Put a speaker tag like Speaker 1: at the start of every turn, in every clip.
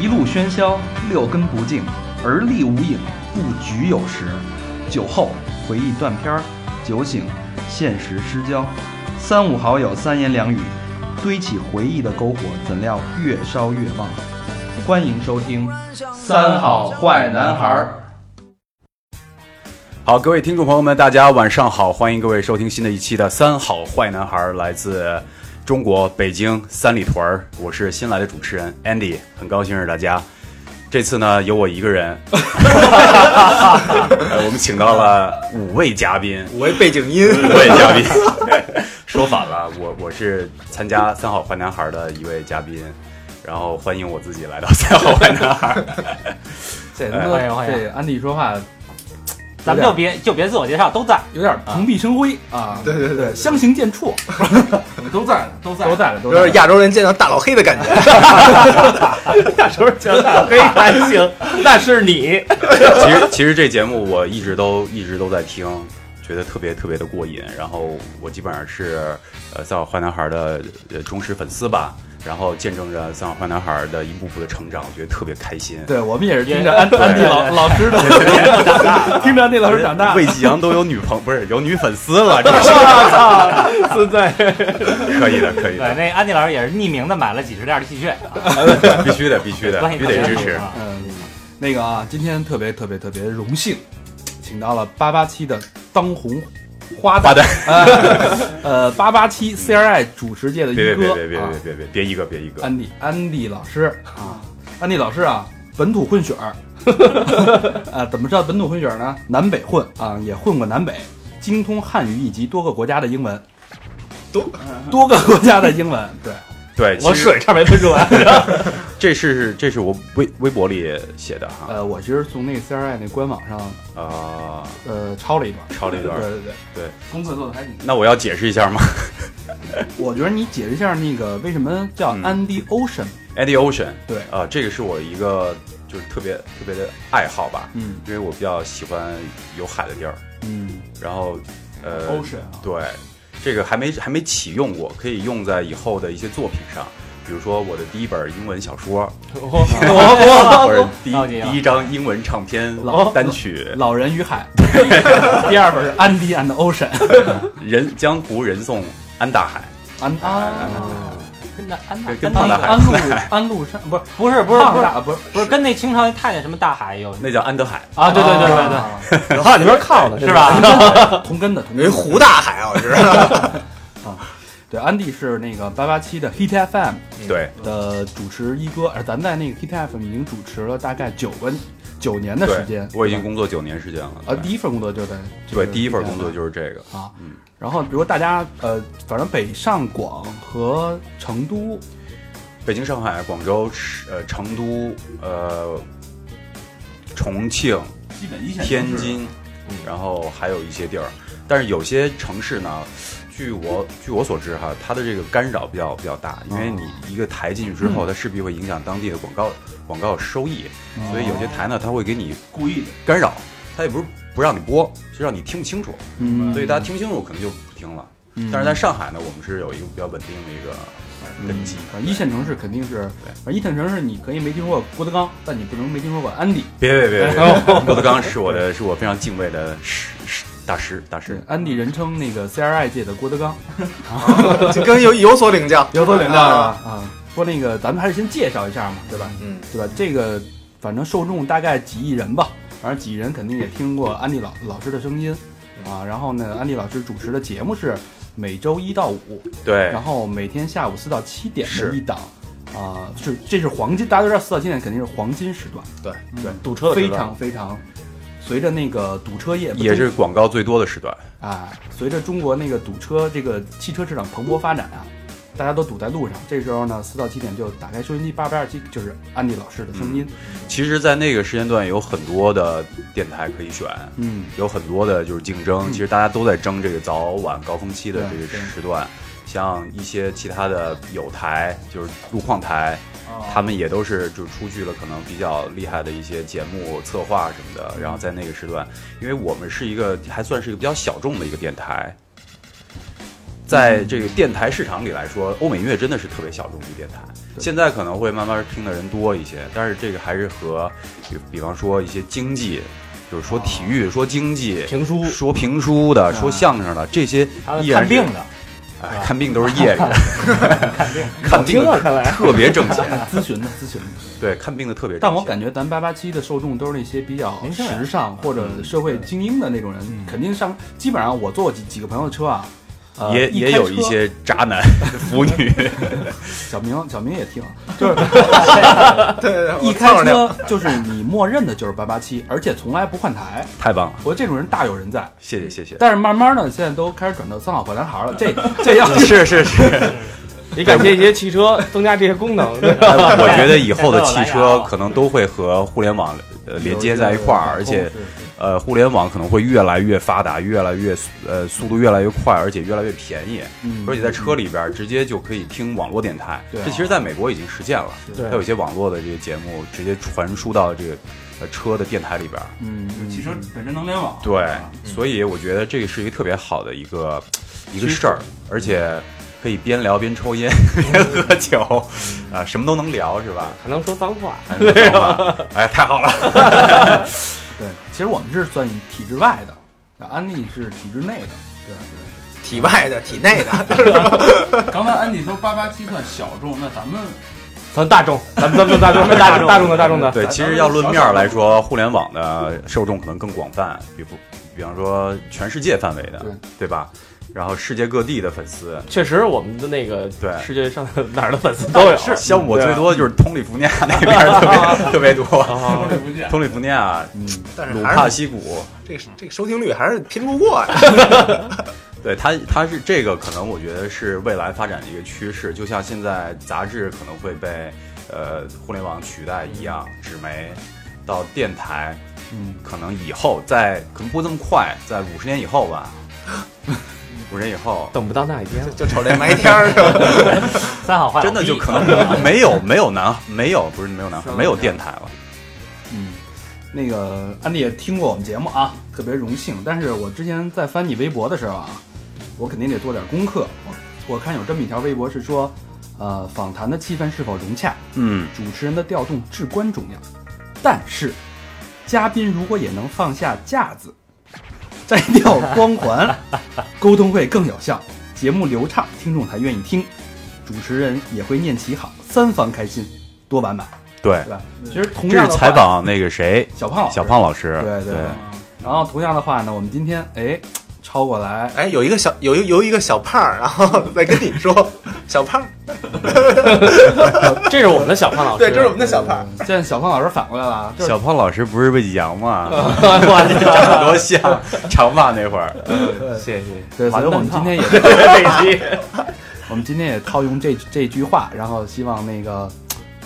Speaker 1: 一路喧嚣，六根不净，而立无影，不局有时。酒后回忆断片儿，酒醒现实失焦。三五好友三言两语，堆起回忆的篝火，怎料越烧越旺。欢迎收听《三好坏男孩儿》。
Speaker 2: 好，各位听众朋友们，大家晚上好，欢迎各位收听新的一期的《三好坏男孩》，来自中国北京三里屯儿，我是新来的主持人 Andy，很高兴认识大家。这次呢，有我一个 人，呃我们请到了五位嘉宾，
Speaker 3: 我为背景音，
Speaker 2: 五位嘉 宾，说反了，我我是参加《三好坏男孩》的一位嘉宾，然后欢迎我自己来到《三好坏男孩》。
Speaker 3: 这
Speaker 2: 哎
Speaker 3: 乐
Speaker 4: 欢迎欢迎
Speaker 3: 这安迪说话
Speaker 4: 咱们就别就别自我介绍，都在。
Speaker 3: 有点蓬荜生辉啊，对对对，
Speaker 4: 相形见绌，
Speaker 3: 都在都在都在了，都
Speaker 5: 有点亚洲人见到大老黑的感觉。
Speaker 4: 可以还行， 那是你。
Speaker 2: 其实其实这节目我一直都一直都在听，觉得特别特别的过瘾。然后我基本上是呃《三好坏男孩的》呃忠实粉丝吧，然后见证着《三好坏男孩》的一步步的成长，我觉得特别开心。
Speaker 3: 对我们也是听
Speaker 4: 也
Speaker 3: 着安安迪老
Speaker 4: 对
Speaker 3: 老师的，听着安迪老师长大，
Speaker 2: 魏启阳都有女朋不是有女粉丝了，这是
Speaker 3: 自在，
Speaker 2: 可以的，可以
Speaker 4: 对，
Speaker 2: 的，
Speaker 4: 那安迪老师也是匿名的买了几十件的 T 恤，
Speaker 2: 必须的，必须的，
Speaker 4: 关
Speaker 2: 必
Speaker 4: 系
Speaker 2: 须
Speaker 4: 特
Speaker 2: 得
Speaker 4: 别
Speaker 2: 支
Speaker 4: 好
Speaker 2: 持。
Speaker 4: 啊
Speaker 3: 嗯，那个啊，今天特别特别特别荣幸，请到了八八七的当红花
Speaker 2: 花
Speaker 3: 旦，
Speaker 2: 旦，
Speaker 3: 呃，八八七 CRI 主持界的一
Speaker 2: 别别别
Speaker 3: 哥，
Speaker 2: 别别
Speaker 3: 啊
Speaker 2: 别别别别一个别一个，
Speaker 3: 安迪安迪老师啊，安迪老师啊，本土混血 儿，啊，怎么知道本土混血儿呢？南北混啊，也混过南北，精通汉语以及多个国家的英文，
Speaker 5: 多
Speaker 3: 多啊个国家的英文， 对，
Speaker 2: 对，其
Speaker 4: 我
Speaker 2: 实
Speaker 4: 水差点没喷出来。
Speaker 2: 这是这是我微微博里写的哈
Speaker 3: 呃，我其实从那个 CRI 那官网上
Speaker 2: 啊，
Speaker 3: 呃抄了一段，
Speaker 2: 抄了一段
Speaker 3: 对对对
Speaker 2: 对，
Speaker 3: 功课做的还挺。
Speaker 2: 那我要解释一下吗？
Speaker 3: 我觉得你解释一下那个为什么叫
Speaker 2: 嗯
Speaker 3: 安迪 Ocean，
Speaker 2: Eddie Ocean，
Speaker 3: 对
Speaker 2: 啊、这个是我一个就是特别特别的爱好吧，
Speaker 3: 嗯
Speaker 2: 因为我比较喜欢有海的地儿，
Speaker 3: 嗯
Speaker 2: 然后呃
Speaker 3: ，Ocean 啊，
Speaker 2: 对，这个还没还没启用过，可以用在以后的一些作品上，比如说我的第一本英文小说，
Speaker 3: 哦
Speaker 2: 或者第
Speaker 4: 高级
Speaker 2: 一
Speaker 4: 啊
Speaker 2: 第一张英文唱片
Speaker 3: 老
Speaker 2: 单曲，
Speaker 3: 老人与海， 第二本是安迪 and Ocean，
Speaker 2: 人江湖人送安大海，
Speaker 3: 安
Speaker 4: 啊跟那安娜
Speaker 2: 跟跟
Speaker 4: 安
Speaker 2: 胖
Speaker 4: 娜
Speaker 2: 大
Speaker 3: 安
Speaker 2: 海，
Speaker 3: 陆安陆山不是
Speaker 4: 不是不是
Speaker 3: 胖
Speaker 4: 不是
Speaker 3: 大不是
Speaker 4: 不是跟那清朝那太监什么大海有
Speaker 2: 那叫安德海，
Speaker 4: 啊？对对对对对，
Speaker 3: 对
Speaker 5: 往里边靠呢，
Speaker 4: 是？吧？
Speaker 3: 对， 同根的同
Speaker 5: 有一
Speaker 3: 根。
Speaker 5: 胡大海啊，我知道。
Speaker 3: 对，安迪是那个八八七的 Hit FM
Speaker 2: 对
Speaker 3: 的主持一哥，而咱在那个 Hit FM 已经主持了大概九个九年的时
Speaker 2: 对
Speaker 3: 间，。
Speaker 2: 我已经工作九年时间了，
Speaker 3: 啊，
Speaker 2: 对
Speaker 3: 第一份工作就在这个
Speaker 2: 对第一份工作
Speaker 3: HitFM
Speaker 2: 就是这个，
Speaker 3: 啊
Speaker 2: 嗯。
Speaker 3: 然后，比如大家呃，反正北上广和成都，
Speaker 2: 北京、上海、广州、呃成都、呃重庆、
Speaker 1: 基本一线
Speaker 2: 天津，然后还有一些地儿，但是有些城市呢，据我据我所知哈，它的这个干扰比较比较大，因为你一个台进去之后，它势必会影响当地的广告广告收益，所以有些台呢，它会给你
Speaker 1: 故意的，
Speaker 2: 干扰，它也不是不让你播，就让你听不清楚，
Speaker 3: 嗯
Speaker 2: 所以大家听不清楚可能就不听了。但是在上海呢，我们是有一个比较稳定的一个
Speaker 3: 嗯
Speaker 2: 呃根基。
Speaker 3: 反正啊一线城市肯定是，反正一线城市你可以没听说过郭德纲，但你不能没听说过安迪。
Speaker 2: 别别
Speaker 3: 哎
Speaker 2: 别别别！郭德纲是我 的，是我非常敬畏的师师大师大
Speaker 3: 对
Speaker 2: 师，。
Speaker 3: 安迪人称那个 CRI 界的郭德 纲，
Speaker 5: 就啊跟有有所领教，
Speaker 3: 有所领教是
Speaker 5: 啊。
Speaker 3: 吧？啊，说那个咱们还是先介绍一下嘛，对吧？
Speaker 5: 嗯，
Speaker 3: 对吧？这个反正受众大概几亿人吧，反正几亿人肯定也听过安迪老老师的声音
Speaker 5: 嗯
Speaker 3: 啊。然后呢，安迪老师主持的节目是每周一到五，
Speaker 2: 对
Speaker 3: 然后每天下午四到七点的
Speaker 2: 是
Speaker 3: 一档。啊，是这是黄金，大家都知道四到七点肯定是黄金时段，
Speaker 5: 对
Speaker 3: 对，
Speaker 4: 堵车
Speaker 3: 非常非常，随着那个堵车业不
Speaker 2: 也是广告最多的时段。
Speaker 3: 啊，随着中国那个堵车，这个汽车市场蓬勃发展啊，大家都堵在路上。这时候呢，四到七点就打开收音机八八二七，就是安迪老师的声音。
Speaker 2: 其实，在那个时间段有很多的电台可以选，
Speaker 3: 嗯，
Speaker 2: 有很多的就是竞争。
Speaker 3: 嗯
Speaker 2: 其实大家都在争这个早晚高峰期的这
Speaker 3: 对
Speaker 2: 个
Speaker 3: 对
Speaker 2: 时段。像一些其他的有台，就是路况台，
Speaker 3: 嗯
Speaker 2: 他们也都是就出具了可能比较厉害的一些节目策划什么的。然后在那个时段，因为我们是一个还算是一个比较小众的一个电台，在这个电台市场里来说，欧美音乐真的是特别小众于电台。现在可能会慢慢听的人多一些，但是这个还是和比比方说一些经济，就是说体育、说经济、
Speaker 4: 啊
Speaker 6: 评书
Speaker 2: 说评书的、说相声的这些
Speaker 4: 他们
Speaker 2: 依然
Speaker 4: 啊看
Speaker 2: 是，
Speaker 4: 病的，
Speaker 2: 哎
Speaker 4: 是吧
Speaker 2: 看病都是业余，
Speaker 4: 看病。
Speaker 2: 看病
Speaker 6: 听啊，
Speaker 2: 的
Speaker 6: 看来
Speaker 2: 特别挣钱，
Speaker 3: 啊咨询的咨询的。
Speaker 2: 对，看病的特别挣钱。
Speaker 3: 但我感觉咱八八七的受众都是那些比较
Speaker 4: 年轻人
Speaker 3: 时尚或者社会精英的那种人，肯定上基本上我坐过几几个朋友的车啊，呃、
Speaker 2: 也也
Speaker 3: 开
Speaker 2: 有
Speaker 3: 车
Speaker 2: 一些渣 男腐女，
Speaker 3: 小明小明也听， 就是
Speaker 5: 对对，对
Speaker 3: 一
Speaker 5: 我
Speaker 3: 开
Speaker 5: 蹭着点
Speaker 3: 车 就是你默认的就是八八七，而且从来不换台，
Speaker 2: 太棒了，
Speaker 3: 我觉得这种人大有人在。
Speaker 2: 谢谢谢谢。
Speaker 3: 但是慢慢的，现在都开始转到三好坏男孩了，这这要
Speaker 2: 呃是是 是，
Speaker 6: 也感谢一些汽车增加这些功能，对吧？
Speaker 2: 我觉得以后的汽
Speaker 3: 啊
Speaker 2: 车可能都会和互联网呃连接在一块儿，而且呃，互联网可能会越来越发达，越来越呃速度越来越快，而且越来越便宜，
Speaker 3: 嗯
Speaker 2: 而且在车里边儿直接就可以听网络电台。
Speaker 3: 对啊
Speaker 2: 这其实在美国已经实践了，
Speaker 6: 对
Speaker 2: 它有一些网络的这个节目直接传输到这个呃车的电台里边儿。
Speaker 3: 嗯，
Speaker 1: 汽车本身能联网，
Speaker 2: 对，所以我觉得这个是一个特别好的一个一个事儿，而且可以边聊边抽烟边喝酒，啊，什么都能聊是吧？
Speaker 6: 还能说脏 话，
Speaker 2: 对吧？哎，太好了，
Speaker 3: 对，其实我们是算体制外的，安利是体制内的。
Speaker 5: 体外的、体内的，
Speaker 1: 刚才安迪说八八七算小众，那咱们
Speaker 6: 咱大众，咱们咱们大众，大众大众的大众的，
Speaker 2: 对，其实要论面儿来说，互联网的受众可能更广泛，比不，比方说全世界范围的
Speaker 3: 对，
Speaker 2: 对吧？然后世界各地的粉丝，
Speaker 6: 确实我们的那个
Speaker 2: 对
Speaker 6: 世界上哪儿的粉丝都有，
Speaker 2: 像我
Speaker 6: 对啊
Speaker 2: 最多就是通利福尼亚那边儿特别特别多，
Speaker 6: 啊
Speaker 1: 说这不见，
Speaker 2: 通利福尼亚、嗯
Speaker 5: 但
Speaker 2: 鲁
Speaker 5: 是
Speaker 2: 帕
Speaker 5: 还是
Speaker 2: 西谷，
Speaker 5: 这个这个收听率还是拼不过呀。
Speaker 2: 对它，它是这个，可能我觉得是未来发展的一个趋势，就像现在杂志可能会被呃互联网取代一样，纸媒到电台，嗯，可能以后在可能不这么快，在五十年以后 吧，五十年以后，
Speaker 6: 等不到那一天了。
Speaker 5: 就瞅这埋天儿是吧？
Speaker 4: 三好坏
Speaker 2: 真的就可能没有没有男没有不是没有男孩没有电台了，
Speaker 3: 嗯，那个安迪也听过我们节目啊，特别荣幸。但是我之前在翻你微博的时候啊，我肯定得做点功课。我我看有这么一条微博是说，呃，访谈的气氛是否融洽，
Speaker 2: 嗯，
Speaker 3: 主持人的调动至关重要。但是，嘉宾如果也能放下架子， 摘掉光环，沟通会更有效，节目流畅，听众才愿意听，主持人也会念其好，三方开心，多完满，
Speaker 2: 对
Speaker 3: 对，吧？其实同
Speaker 2: 这
Speaker 3: 样
Speaker 2: 是
Speaker 3: 的
Speaker 2: 采
Speaker 3: 话
Speaker 2: 访那个谁
Speaker 3: 小胖老师
Speaker 2: 小胖老师，
Speaker 3: 对对对。然后同样的话呢，我们今天哎抄过来，
Speaker 5: 哎，有一个小有一有一个小胖儿，然后 再跟你说，小胖儿，
Speaker 6: 呃这是我们的小胖老师，
Speaker 5: 对，这是我们的小胖儿。
Speaker 3: 现在小胖老师反过来了啊，就是
Speaker 2: 小胖老师不是魏杨吗？
Speaker 6: 哎我的
Speaker 2: 长得多像长发那会儿，
Speaker 6: 谢谢。
Speaker 3: 对，所以我们今天也
Speaker 6: 这 期
Speaker 3: 我们今天也套用这这句话，然后希望那个呃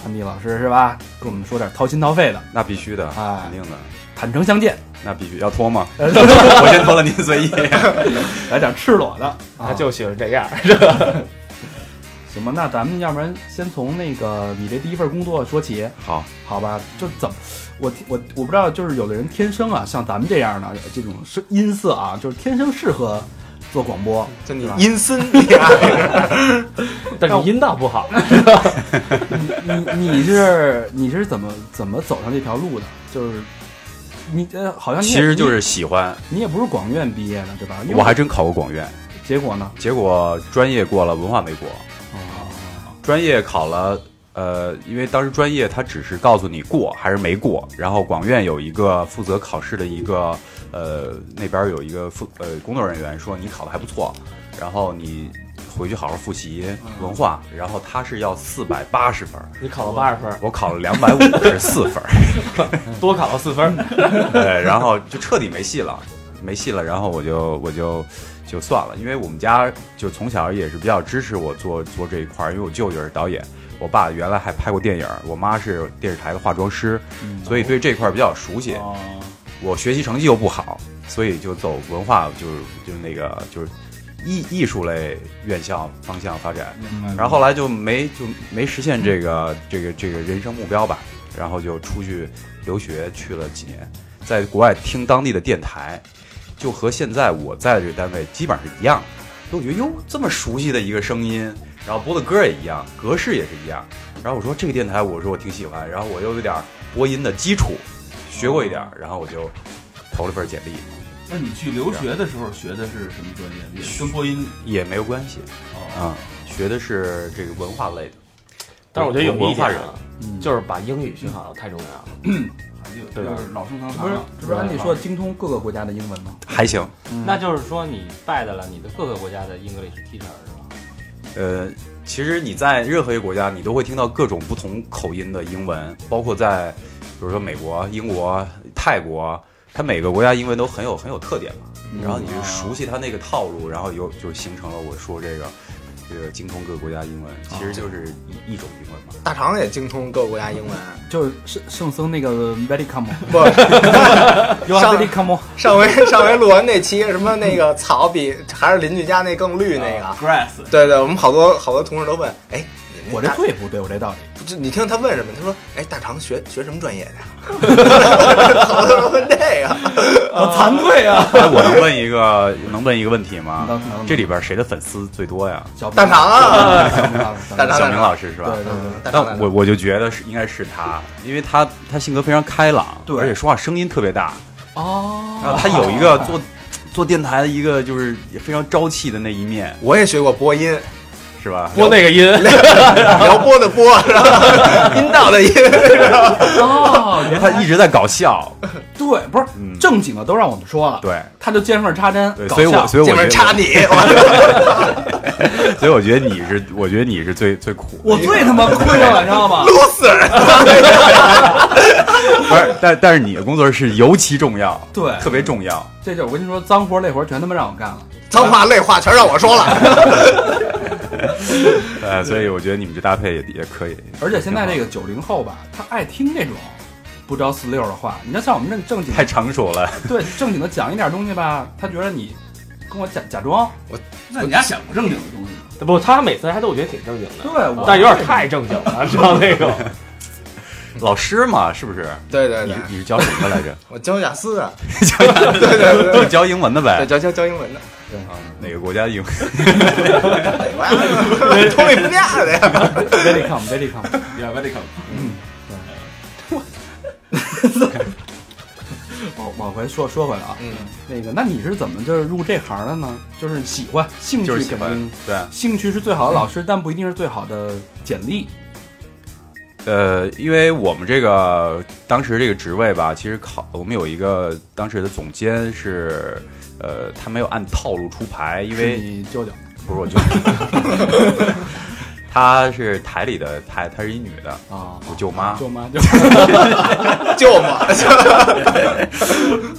Speaker 3: 安迪老师是吧，跟我们说点掏心掏肺的，
Speaker 2: 那必须的，
Speaker 3: 哎
Speaker 2: 肯定的。
Speaker 3: 坦诚相见，
Speaker 2: 那必须要脱 吗？我先脱了，您随意。
Speaker 3: 来点赤裸的啊，
Speaker 6: 他就喜欢这样，
Speaker 3: 行吧。那咱们要不然先从那个你这第一份工作说起，
Speaker 2: 好，
Speaker 3: 好吧？就怎么我我我不知道，就是有的人天生啊，像咱们这样的这种声音色啊，就是天生适合做广播，
Speaker 5: 就
Speaker 3: 对
Speaker 5: 你
Speaker 3: 吧
Speaker 5: 阴森厉害，
Speaker 6: 但是阴道不好，
Speaker 3: 你你是你是怎么怎么走上这条路的？就是你呃，好像你
Speaker 2: 其
Speaker 3: 也
Speaker 2: 实就是喜欢。
Speaker 3: 你也不是广院毕业的对吧？因为
Speaker 2: 我还真考过广院，
Speaker 3: 结果呢？
Speaker 2: 结果专业过了，文化没过。
Speaker 3: 哦，
Speaker 2: 专业考了，呃，因为当时专业它只是告诉你过还是没过，然后广院有一个负责考试的一个，呃，那边有一个负呃工作人员说你考的还不错，然后你回去好好复习文化，然后他是要四百八十分儿，
Speaker 6: 你考了八十分，
Speaker 2: 我考了两百五十四分儿。
Speaker 6: 多考了四分，
Speaker 2: 对，呃然后就彻底没戏了，没戏了。然后我就我就就算了，因为我们家就从小也是比较支持我做做这一块儿，因为我舅舅是导演，我爸原来还拍过电影，我妈是电视台的化妆师，所以对这块儿比较熟悉。
Speaker 3: 哦
Speaker 2: 我学习成绩又不好，所以就走文化，就是就是那个就是艺艺术类院校方向发展。然后后来就没就没实现这个这个这个人生目标吧，然后就出去留学去了几年，在国外听当地的电台，就和现在我在的这个单位基本上是一样的。所以我觉得哟，这么熟悉的一个声音，然后播的歌也一样，格式也是一样。然后我说这个电台，我说我挺喜欢，然后我又有点播音的基础，学过一点，然后我就投了份简历，
Speaker 7: 那你去留学的时候学的是什么专业？也跟播音
Speaker 2: 也没有关系
Speaker 7: 哦，
Speaker 2: 啊、学的是这个文化类的。
Speaker 6: 但是我觉得有一
Speaker 2: 文化
Speaker 6: 点
Speaker 2: 人，
Speaker 6: 啊，就是把英语学好太重要了。
Speaker 7: 还有
Speaker 6: 对吧
Speaker 7: 就是老生常
Speaker 3: 不
Speaker 7: 谈
Speaker 3: 是
Speaker 7: 了。，
Speaker 3: 这不是按理说精通各个国家的英文吗？
Speaker 2: 还行，
Speaker 6: 嗯
Speaker 4: 那就是说你拜的了你的各个国家的 English teacher 是吧？
Speaker 2: 呃，其实你在任何一个国家，你都会听到各种不同口音的英文，包括在比如说美国、英国、泰国，它每个国家英文都很有很有特点嘛。
Speaker 3: 嗯
Speaker 2: 然后你就熟悉它那个套路，然后有就形成了我说这个这个精通各国家英文，其实就是
Speaker 3: 哦
Speaker 2: 一一种英文嘛。
Speaker 5: 大肠也精通各个国家英文。啊
Speaker 3: 就是圣圣僧那个 Welcome，
Speaker 5: 不，
Speaker 3: You are
Speaker 5: 上
Speaker 3: Welcome，
Speaker 5: 上回上回录完那期什么那个草比还是邻居家那更绿那个，
Speaker 7: Grass，
Speaker 5: 对对，我们好多好多同事都问，哎，你那
Speaker 3: 我这
Speaker 5: 大
Speaker 3: 最不对，我这道理。
Speaker 5: 不是你听他问什么？他说，哎，大肠学学什么专业的？呀？ 好多人问这个，
Speaker 3: 我惭愧啊！
Speaker 2: 哎，我能问一个能问一个问题 吗？这
Speaker 3: 这
Speaker 2: 里边谁的粉丝最多呀？
Speaker 3: 小
Speaker 5: 大肠啊，
Speaker 3: 大
Speaker 5: 大肠
Speaker 2: 小明老师是吧？
Speaker 3: 对对对，
Speaker 5: 大肠
Speaker 2: 但我我就觉得是应该是他，因为他他性格非常开朗，
Speaker 3: 对
Speaker 2: 而且说话声音特别大。
Speaker 3: 哦，
Speaker 2: 然啊后他有一个做做电台的一个就是也非常朝气的那一面，
Speaker 5: 我也学过播音，
Speaker 2: 是吧？
Speaker 6: 播那个音，
Speaker 5: 撩拨的拨，然后阴道的阴，
Speaker 3: 哦，
Speaker 2: 因为他一直在搞笑，
Speaker 3: 对，不是
Speaker 2: 嗯，
Speaker 3: 正经的都让我们说了，
Speaker 2: 对
Speaker 3: 他就见缝插针，
Speaker 2: 对，
Speaker 3: 搞
Speaker 2: 所以我
Speaker 3: 笑。
Speaker 2: 所以
Speaker 5: 见
Speaker 2: 我
Speaker 5: 面
Speaker 2: 觉
Speaker 5: 插
Speaker 2: 得，
Speaker 5: 你， 完了
Speaker 2: 所以我觉得你是，我觉得你是最最苦的，
Speaker 3: 我最他妈亏了，你知道吗？
Speaker 5: loser，
Speaker 2: 不是，但但是你的工作是尤其重要，
Speaker 3: 对
Speaker 2: 特别重要。
Speaker 3: 这就是我跟你说，脏活累活全他妈让我干了。
Speaker 5: 脏话累话全让我说了。
Speaker 2: 呃，所以我觉得你们这搭配也也可以。
Speaker 3: 而且现在这
Speaker 2: 个
Speaker 3: 个九零后吧，他爱听这种不着四六的话。你要像我们这正经，
Speaker 2: 太成熟了，
Speaker 3: 对正经的讲一点东西吧，他觉得你跟我假假装。
Speaker 7: 那你家想不正经的东西？
Speaker 6: 不，他每次还都我觉得挺正经的，
Speaker 3: 对，我
Speaker 6: 但有点太正经 了，你知道那个？
Speaker 2: 老师嘛，是不是？
Speaker 5: 对对
Speaker 2: 你
Speaker 5: 对
Speaker 2: 是，你是教什么来 着？
Speaker 5: 我教雅思 的，
Speaker 2: 对对对，教英文的呗
Speaker 5: 对。教教教英文的，
Speaker 2: 啊哪个国家的英文？
Speaker 5: 哎呀， 通理不变的呀。
Speaker 3: very come very come，
Speaker 7: Yeah, welcome。
Speaker 3: 往哦往回说说回来啊，
Speaker 5: 嗯，
Speaker 3: 那个，那你是怎么就是入这行的呢？就是喜欢兴趣
Speaker 2: 就是喜
Speaker 3: 肯
Speaker 2: 欢
Speaker 3: 定，
Speaker 2: 对。
Speaker 3: 兴趣是最好的老师，但不一定是最好的简历。
Speaker 2: 呃，因为我们这个当时这个职位吧，其实考我们有一个当时的总监是，呃，他没有按套路出牌，因
Speaker 3: 是
Speaker 2: 为
Speaker 3: 你舅舅，
Speaker 2: 不是 我就，她是台里的台，她是一女的，
Speaker 3: 啊，
Speaker 2: 我舅妈，
Speaker 6: 哦
Speaker 3: 舅 妈就
Speaker 5: 救我！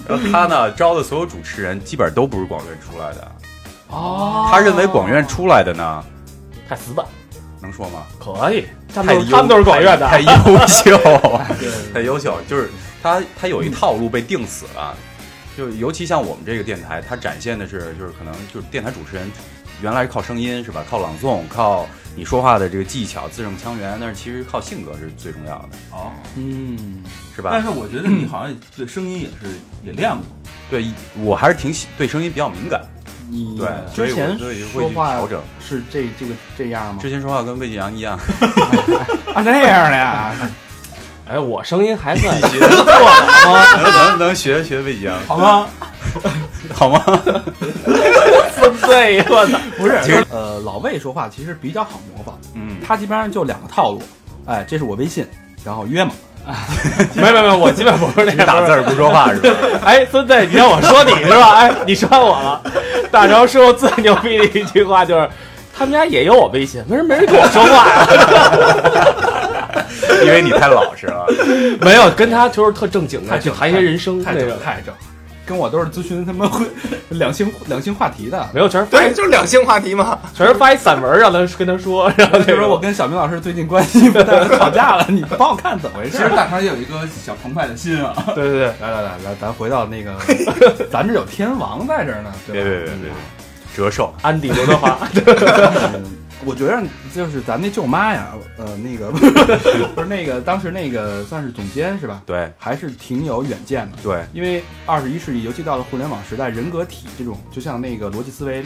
Speaker 2: 然后她呢招的所有主持人基本都不是广院出来的，
Speaker 3: 哦
Speaker 2: 她认为广院出来的呢，
Speaker 6: 太死板，
Speaker 2: 能说吗？
Speaker 6: 可以，他
Speaker 2: 太
Speaker 6: 们都
Speaker 2: 优
Speaker 6: 他们都是广院的，
Speaker 2: 太优秀，太优秀，就是他他有一套路被定死了，就尤其像我们这个电台，它展现的是就是可能就是电台主持人原来是靠声音是吧，靠朗诵，靠你说话的这个技巧字正腔圆，但是其实靠性格是最重要的，
Speaker 7: 哦，
Speaker 3: 嗯，
Speaker 2: 是吧
Speaker 7: 但？是我觉得你好像对声音也是也练过。
Speaker 2: 对我还是挺喜对声音比较敏感，
Speaker 3: 你
Speaker 2: 嗯对，所以
Speaker 3: 之
Speaker 2: 我
Speaker 3: 前
Speaker 2: 所以会
Speaker 3: 说
Speaker 2: 去
Speaker 3: 话
Speaker 2: 调整。
Speaker 3: 是这这个这样吗
Speaker 2: 之？前说话跟魏晋阳一 样，
Speaker 3: 啊，那样的 呀，
Speaker 6: 哎，我声音还算
Speaker 2: 能能能学学魏晋阳
Speaker 3: 好吗？
Speaker 2: 好吗？
Speaker 6: 对，我操，
Speaker 3: 不是
Speaker 2: 其实，
Speaker 3: 呃，老魏说话其实比较好模仿，
Speaker 2: 嗯，
Speaker 3: 他基本上就两个套路，哎，这是我微信，然后约嘛，
Speaker 6: 没没没，我基本不是那
Speaker 2: 只打字
Speaker 6: 样。
Speaker 2: 儿不说话是吧？
Speaker 6: 哎，孙子，你让我说你是吧？哎，你说我了。大成说最牛逼的一句话就是，他们家也有我微信，没人没人跟我说话呀。
Speaker 2: 因为你太老实了。
Speaker 6: 没有跟他就是特正经的，
Speaker 3: 太正
Speaker 6: 就谈一些人生那
Speaker 3: 太正
Speaker 6: 个，
Speaker 3: 太正，跟我都是咨询他们会两性两性话 题的。
Speaker 6: 没有全是发
Speaker 5: 对，就是两性话题嘛。
Speaker 6: 全是发一散文让他跟他说，然后
Speaker 3: 就
Speaker 6: 就是
Speaker 3: 我跟小明老师最近关系不太好，吵架了，你帮我看怎么回
Speaker 7: 其
Speaker 3: 事
Speaker 7: 实？大肠也有一个小澎湃的心啊。
Speaker 6: 对对对，
Speaker 3: 来来来来，咱回到那个，咱这有天王在这儿呢，
Speaker 2: 别别
Speaker 3: 对吧？
Speaker 2: 别别别，折寿。
Speaker 6: 安迪刘德华，
Speaker 3: 我觉得就是咱那舅妈呀，呃，那个 不是那个当时那个算是总监是吧？
Speaker 2: 对
Speaker 3: 还是挺有远见的，
Speaker 2: 对，
Speaker 3: 因为二十一世纪，尤其到了互联网时代，人格体这种就像那个逻辑思维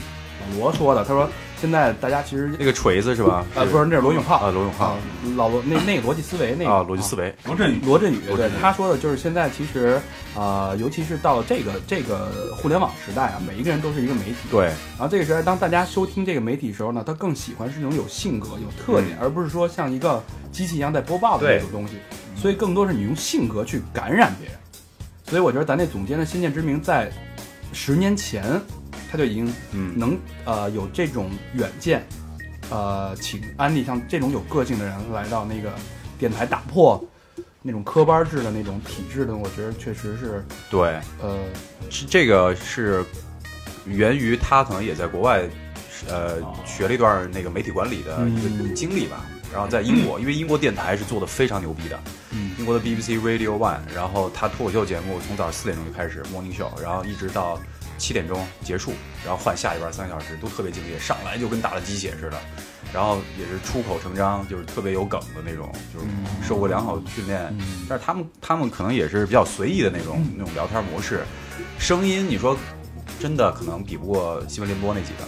Speaker 3: 老罗说的，他说现在大家其实
Speaker 2: 那个锤子是吧？
Speaker 3: 呃不是那是罗永浩
Speaker 2: 啊，罗永浩
Speaker 3: 啊，老罗那那个逻辑思维那个
Speaker 2: 啊，逻辑思维，
Speaker 7: 罗振宇
Speaker 3: 罗振宇，
Speaker 2: 罗
Speaker 3: 对
Speaker 2: 振宇
Speaker 3: 他说的就是现在其实啊、呃尤其是到了这个这个互联网时代啊，每一个人都是一个媒体。
Speaker 2: 对，
Speaker 3: 然后这个时代，当大家收听这个媒体的时候呢，他更喜欢是那种有性格、有特
Speaker 2: 嗯
Speaker 3: 点，而不是说像一个机器一样在播报的那种东西。所以更多是你用性格去感染别人。所以我觉得咱那总监的《先见之明》在十年前他就已经
Speaker 2: 嗯，
Speaker 3: 能呃有这种远见，呃，请安利像这种有个性的人来到那个电台，打破那种科班制的那种体制的，我觉得确实是
Speaker 2: 对，
Speaker 3: 呃
Speaker 2: 这这个是源于他可能也在国外，呃，学了一段那个媒体管理的一个经历吧。然后在英国，因为英国电台是做的非常牛逼的，
Speaker 3: 嗯
Speaker 2: 英国的 BBC Radio One，然后他脱口秀节目从早上四点钟就开始 morning show，然后一直到七点钟结束，然后换下一班三个小时，都特别敬业，上来就跟打了鸡血似的，然后也是出口成章，就是特别有梗的那种，就是受过良好的训练。但是他们他们可能也是比较随意的那
Speaker 5: 嗯
Speaker 2: 种那种聊天模式，声音你说真的可能比不过新闻联播那几个。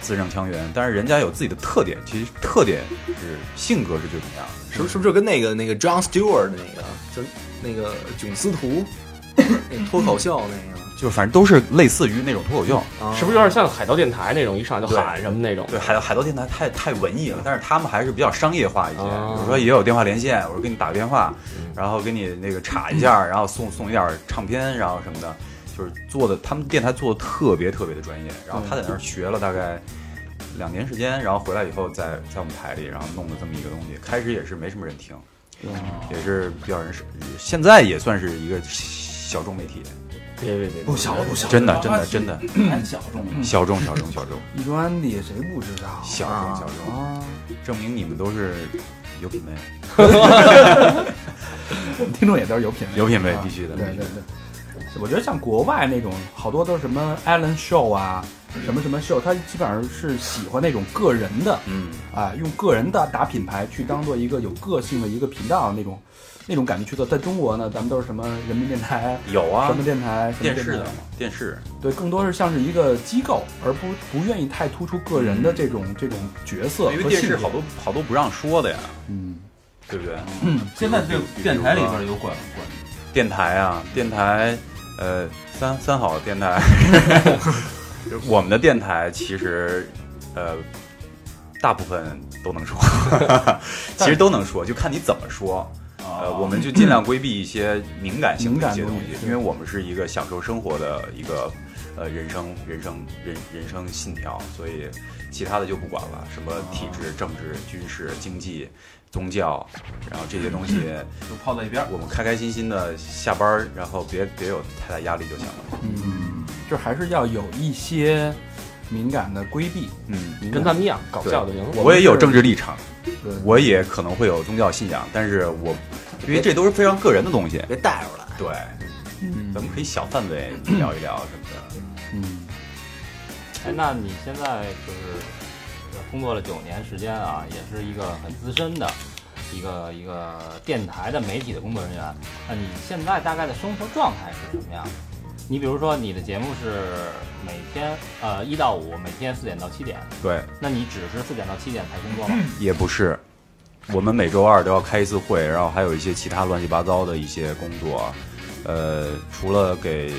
Speaker 2: 字正腔圆，但是人家有自己的特点，其实特点是性格是最重要的。
Speaker 5: 是不是不是就跟那个那个 John Stewart 那个，就是那个囧司徒，那脱口秀那个，
Speaker 2: 就反正都是类似于那种脱口秀。
Speaker 5: 啊
Speaker 6: 是不是有点像海盗电台那种一上来就喊什么那种？
Speaker 2: 对，海海盗电台太太文艺了，但是他们还是比较商业化一些。
Speaker 6: 哦
Speaker 2: 比如说也有电话连线，我说给你打个电话
Speaker 6: 嗯，
Speaker 2: 然后给你那个查一下，然后送送一点唱片，然后什么的，就是做的他们电台做的特别特别的专业。然后他在
Speaker 6: 嗯
Speaker 2: 那儿学了大概。两年时间，然后回来以后在，在我们台里，然后弄了这么一个东西。开始也是没什么人听，
Speaker 3: 呃
Speaker 2: 也是比较人是，现在也算是一个小众媒体，
Speaker 6: 别别别，
Speaker 3: 不小不小。
Speaker 2: 真的真的真的
Speaker 7: 太小众了。
Speaker 2: 小众小众小众
Speaker 3: 一说安利谁不知道？
Speaker 2: 小众小众。
Speaker 3: 啊，
Speaker 2: 证明你们都是有品位，
Speaker 3: 我们听众也都是有品位，
Speaker 2: 有品位
Speaker 3: 啊
Speaker 2: 必须的
Speaker 3: 对对对。我觉得像国外那种好多都是什么 Allen Show 啊，什么什么 Show，他基本上是喜欢那种个人的
Speaker 2: 嗯，
Speaker 3: 啊，用个人的打品牌去当做一个有个性的一个频道那种，那种感觉去做。在中国呢，咱们都是什么人民电台、
Speaker 2: 有啊
Speaker 3: 什，么电啊台、什么
Speaker 2: 电
Speaker 3: 台
Speaker 2: 视的，电视，
Speaker 3: 对，更多是像是一个机构，而不不愿意太突出个人的这种、这种角色
Speaker 2: 嗯因为
Speaker 3: 和
Speaker 2: 电
Speaker 3: 性
Speaker 2: 视
Speaker 3: 格。
Speaker 2: 好多好多不让说的呀，
Speaker 3: 嗯，
Speaker 2: 对不对？
Speaker 7: 现在这个电台里边有管管
Speaker 2: 电台啊，电台，呃，三三好电台，就是我们的电台其实，呃，大部分都能说，其实都能说，就看你怎么说。呃，我们就尽量规避一些敏感性的一些东
Speaker 3: 敏感东
Speaker 2: 西，
Speaker 3: 西
Speaker 2: 因为我们是一个享受生活的一个呃人生人生人人生信条，所以其他的就不管了，什么体制、政治、军事、经济、宗教，然后这些东西
Speaker 7: 就泡在一边儿。
Speaker 2: 我们开开心心的下班儿，然后别别有太大压力就行了。
Speaker 3: 嗯就还是要有一些敏感的规避。
Speaker 2: 嗯，
Speaker 3: 敏感
Speaker 6: 跟他们一样搞笑就行了。
Speaker 2: 我也有政治立场，
Speaker 3: 对
Speaker 2: 我也可能会有宗教信仰，但是我因为这都是非常个人的东西，
Speaker 5: 别带出来？
Speaker 2: 对，
Speaker 3: 嗯
Speaker 2: 咱们可以小范围聊一聊什么的。
Speaker 3: 嗯，
Speaker 4: 哎，那你现在就是呃工作了九年时间啊，也是一个很资深的一个一个电台的媒体的工作人员。那你现在大概的生活状态是什么样？你比如说，你的节目是每天呃一到五，每天四点到七点，
Speaker 2: 对，
Speaker 4: 那你只是四点到七点才工作
Speaker 6: 嗯
Speaker 4: 吗？
Speaker 2: 也不是，我们每周二都要开一次会，然后还有一些其他乱七八糟的一些工作，呃，除了给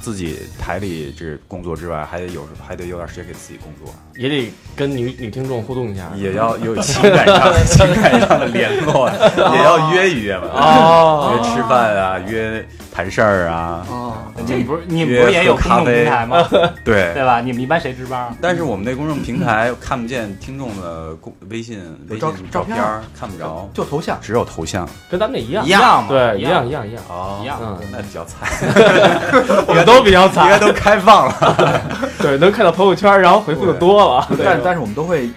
Speaker 2: 自己台里这工作之外，还得有还得有点时间给自己工作。
Speaker 6: 也得跟女女听众互动一下。
Speaker 2: 也要有情 感上情感上的联络，也要约一约嘛，
Speaker 6: 哦
Speaker 2: 约吃饭啊，约谈事儿啊，
Speaker 3: 哦，
Speaker 4: 这不是你们不是也有公众平台吗？对
Speaker 2: 对。
Speaker 4: 吧？你们一般谁值班啊？
Speaker 2: 但是我们那公众平台看不见听众的公微信微
Speaker 3: 照
Speaker 2: 信
Speaker 3: 照
Speaker 2: 片
Speaker 3: 片
Speaker 2: 儿，看不着，
Speaker 3: 就头像。
Speaker 2: 只有头像
Speaker 6: 跟咱们一样
Speaker 4: 一样嘛
Speaker 6: 对，
Speaker 4: 一
Speaker 6: 一
Speaker 4: 样
Speaker 6: 样一样一样。
Speaker 2: 哦
Speaker 4: 一样
Speaker 6: 嗯，
Speaker 2: 那比较惨，
Speaker 6: 我们都比较
Speaker 2: 应该，都开放了。
Speaker 6: 对，能看到朋友圈，然后回复的多了。
Speaker 3: 啊但是但是我们都会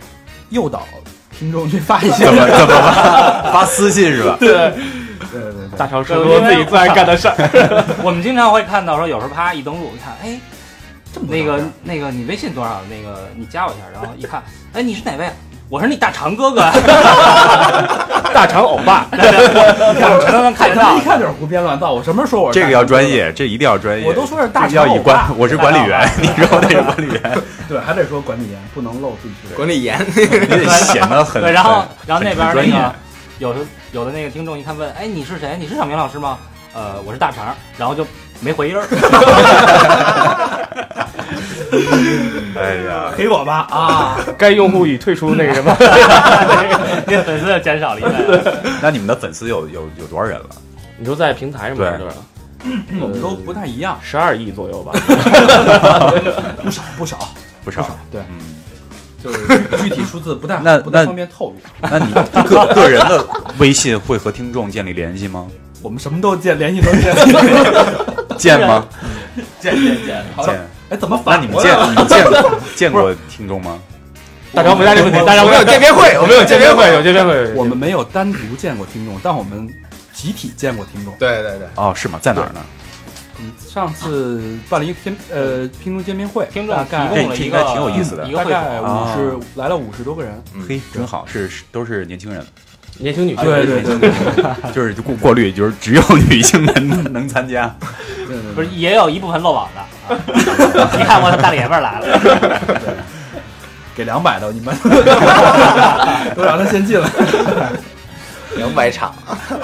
Speaker 3: 诱导听众去发一些
Speaker 2: 怎么怎么 发发私信是吧？
Speaker 3: 对对对，
Speaker 6: 大超说说自己最爱干的事儿，
Speaker 4: 我们经常会看到说，有时候啪一登录，一看，哎，那个那个你微信多少？那个你加我一下，然后一看，哎，你是哪位？我说你大长哥哥，
Speaker 6: 大长欧巴，
Speaker 4: 他们看得到
Speaker 3: 一。看就是胡编乱造。我什么时候说我是
Speaker 2: 这个要
Speaker 3: 大长哥
Speaker 2: 专业，这一定要专业。
Speaker 3: 我都说是大
Speaker 2: 这要
Speaker 3: 长
Speaker 2: 以
Speaker 3: 欧
Speaker 2: 管
Speaker 3: 巴，
Speaker 2: 我是管理员， 你知道我得是管理员，
Speaker 3: 对，还得说管理员不能露自己的。
Speaker 5: 管理严，
Speaker 2: 你得显得很。
Speaker 4: 对，然后
Speaker 2: 很
Speaker 4: 然后那
Speaker 2: 很
Speaker 4: 边
Speaker 2: 专
Speaker 4: 那
Speaker 2: 业
Speaker 4: 个有的有的那个听众一看问，哎，你是谁？你是小明老师吗？呃，我是大肠，然后就没回音儿。
Speaker 2: 哎呀，
Speaker 3: 黑我吧啊！
Speaker 6: 该用户已退出那个什么，
Speaker 4: 那个粉丝就减少了一位。
Speaker 2: 那你们的粉丝有有有多少人了？
Speaker 6: 你说在平台上面
Speaker 2: 对
Speaker 6: 多少？
Speaker 3: 我们都不太一样，
Speaker 6: 十二亿左右吧。
Speaker 3: 不少不少，
Speaker 2: 不
Speaker 3: 不
Speaker 2: 少
Speaker 3: 少。。对，
Speaker 2: 嗯，
Speaker 3: 就是具体数字不太
Speaker 2: 那
Speaker 3: 不太
Speaker 2: 那
Speaker 3: 方便透露。
Speaker 2: 那你个个人的微信会和听众建立联系吗？
Speaker 3: 我们什么都见，联系都 见，
Speaker 2: 见吗？
Speaker 3: 见见见。好像
Speaker 2: 见。
Speaker 3: 哎，怎么
Speaker 2: 那
Speaker 3: 反
Speaker 2: 你们
Speaker 3: 过来
Speaker 2: 见
Speaker 3: 了？
Speaker 2: 你们见见过听众吗？
Speaker 6: 大长不加这个问题，大长
Speaker 5: 我
Speaker 6: 不
Speaker 5: 们有见面会，我们有见面会。
Speaker 6: 有见面会，有见面
Speaker 3: 我
Speaker 6: 会
Speaker 3: 们没有单独见过听众，但我们集体见过听众。
Speaker 5: 对对对，
Speaker 2: 哦，是吗？在哪儿呢？
Speaker 3: 嗯，上次办了一个听呃听众见面会，
Speaker 4: 听众
Speaker 3: 大概
Speaker 4: 提
Speaker 2: 这
Speaker 4: 供了
Speaker 2: 这
Speaker 4: 一
Speaker 2: 应
Speaker 4: 个
Speaker 2: 该挺有意思的
Speaker 4: 一个
Speaker 3: 大
Speaker 4: 会所
Speaker 3: 概
Speaker 4: 啊，
Speaker 3: 五十、
Speaker 2: 啊
Speaker 3: 来了五十多个人，
Speaker 5: 嗯
Speaker 2: 嘿，真好，是是都是年轻人，
Speaker 6: 年轻女
Speaker 2: 啊
Speaker 6: 性，
Speaker 3: 对对对对
Speaker 2: 就是过过滤，就是只有女性 能能参加。
Speaker 3: 对
Speaker 4: 不是也有一部分漏网的。 啊一看我的大爷们儿来了，
Speaker 3: 给两百的你们，都让他先进来。
Speaker 5: 两百场，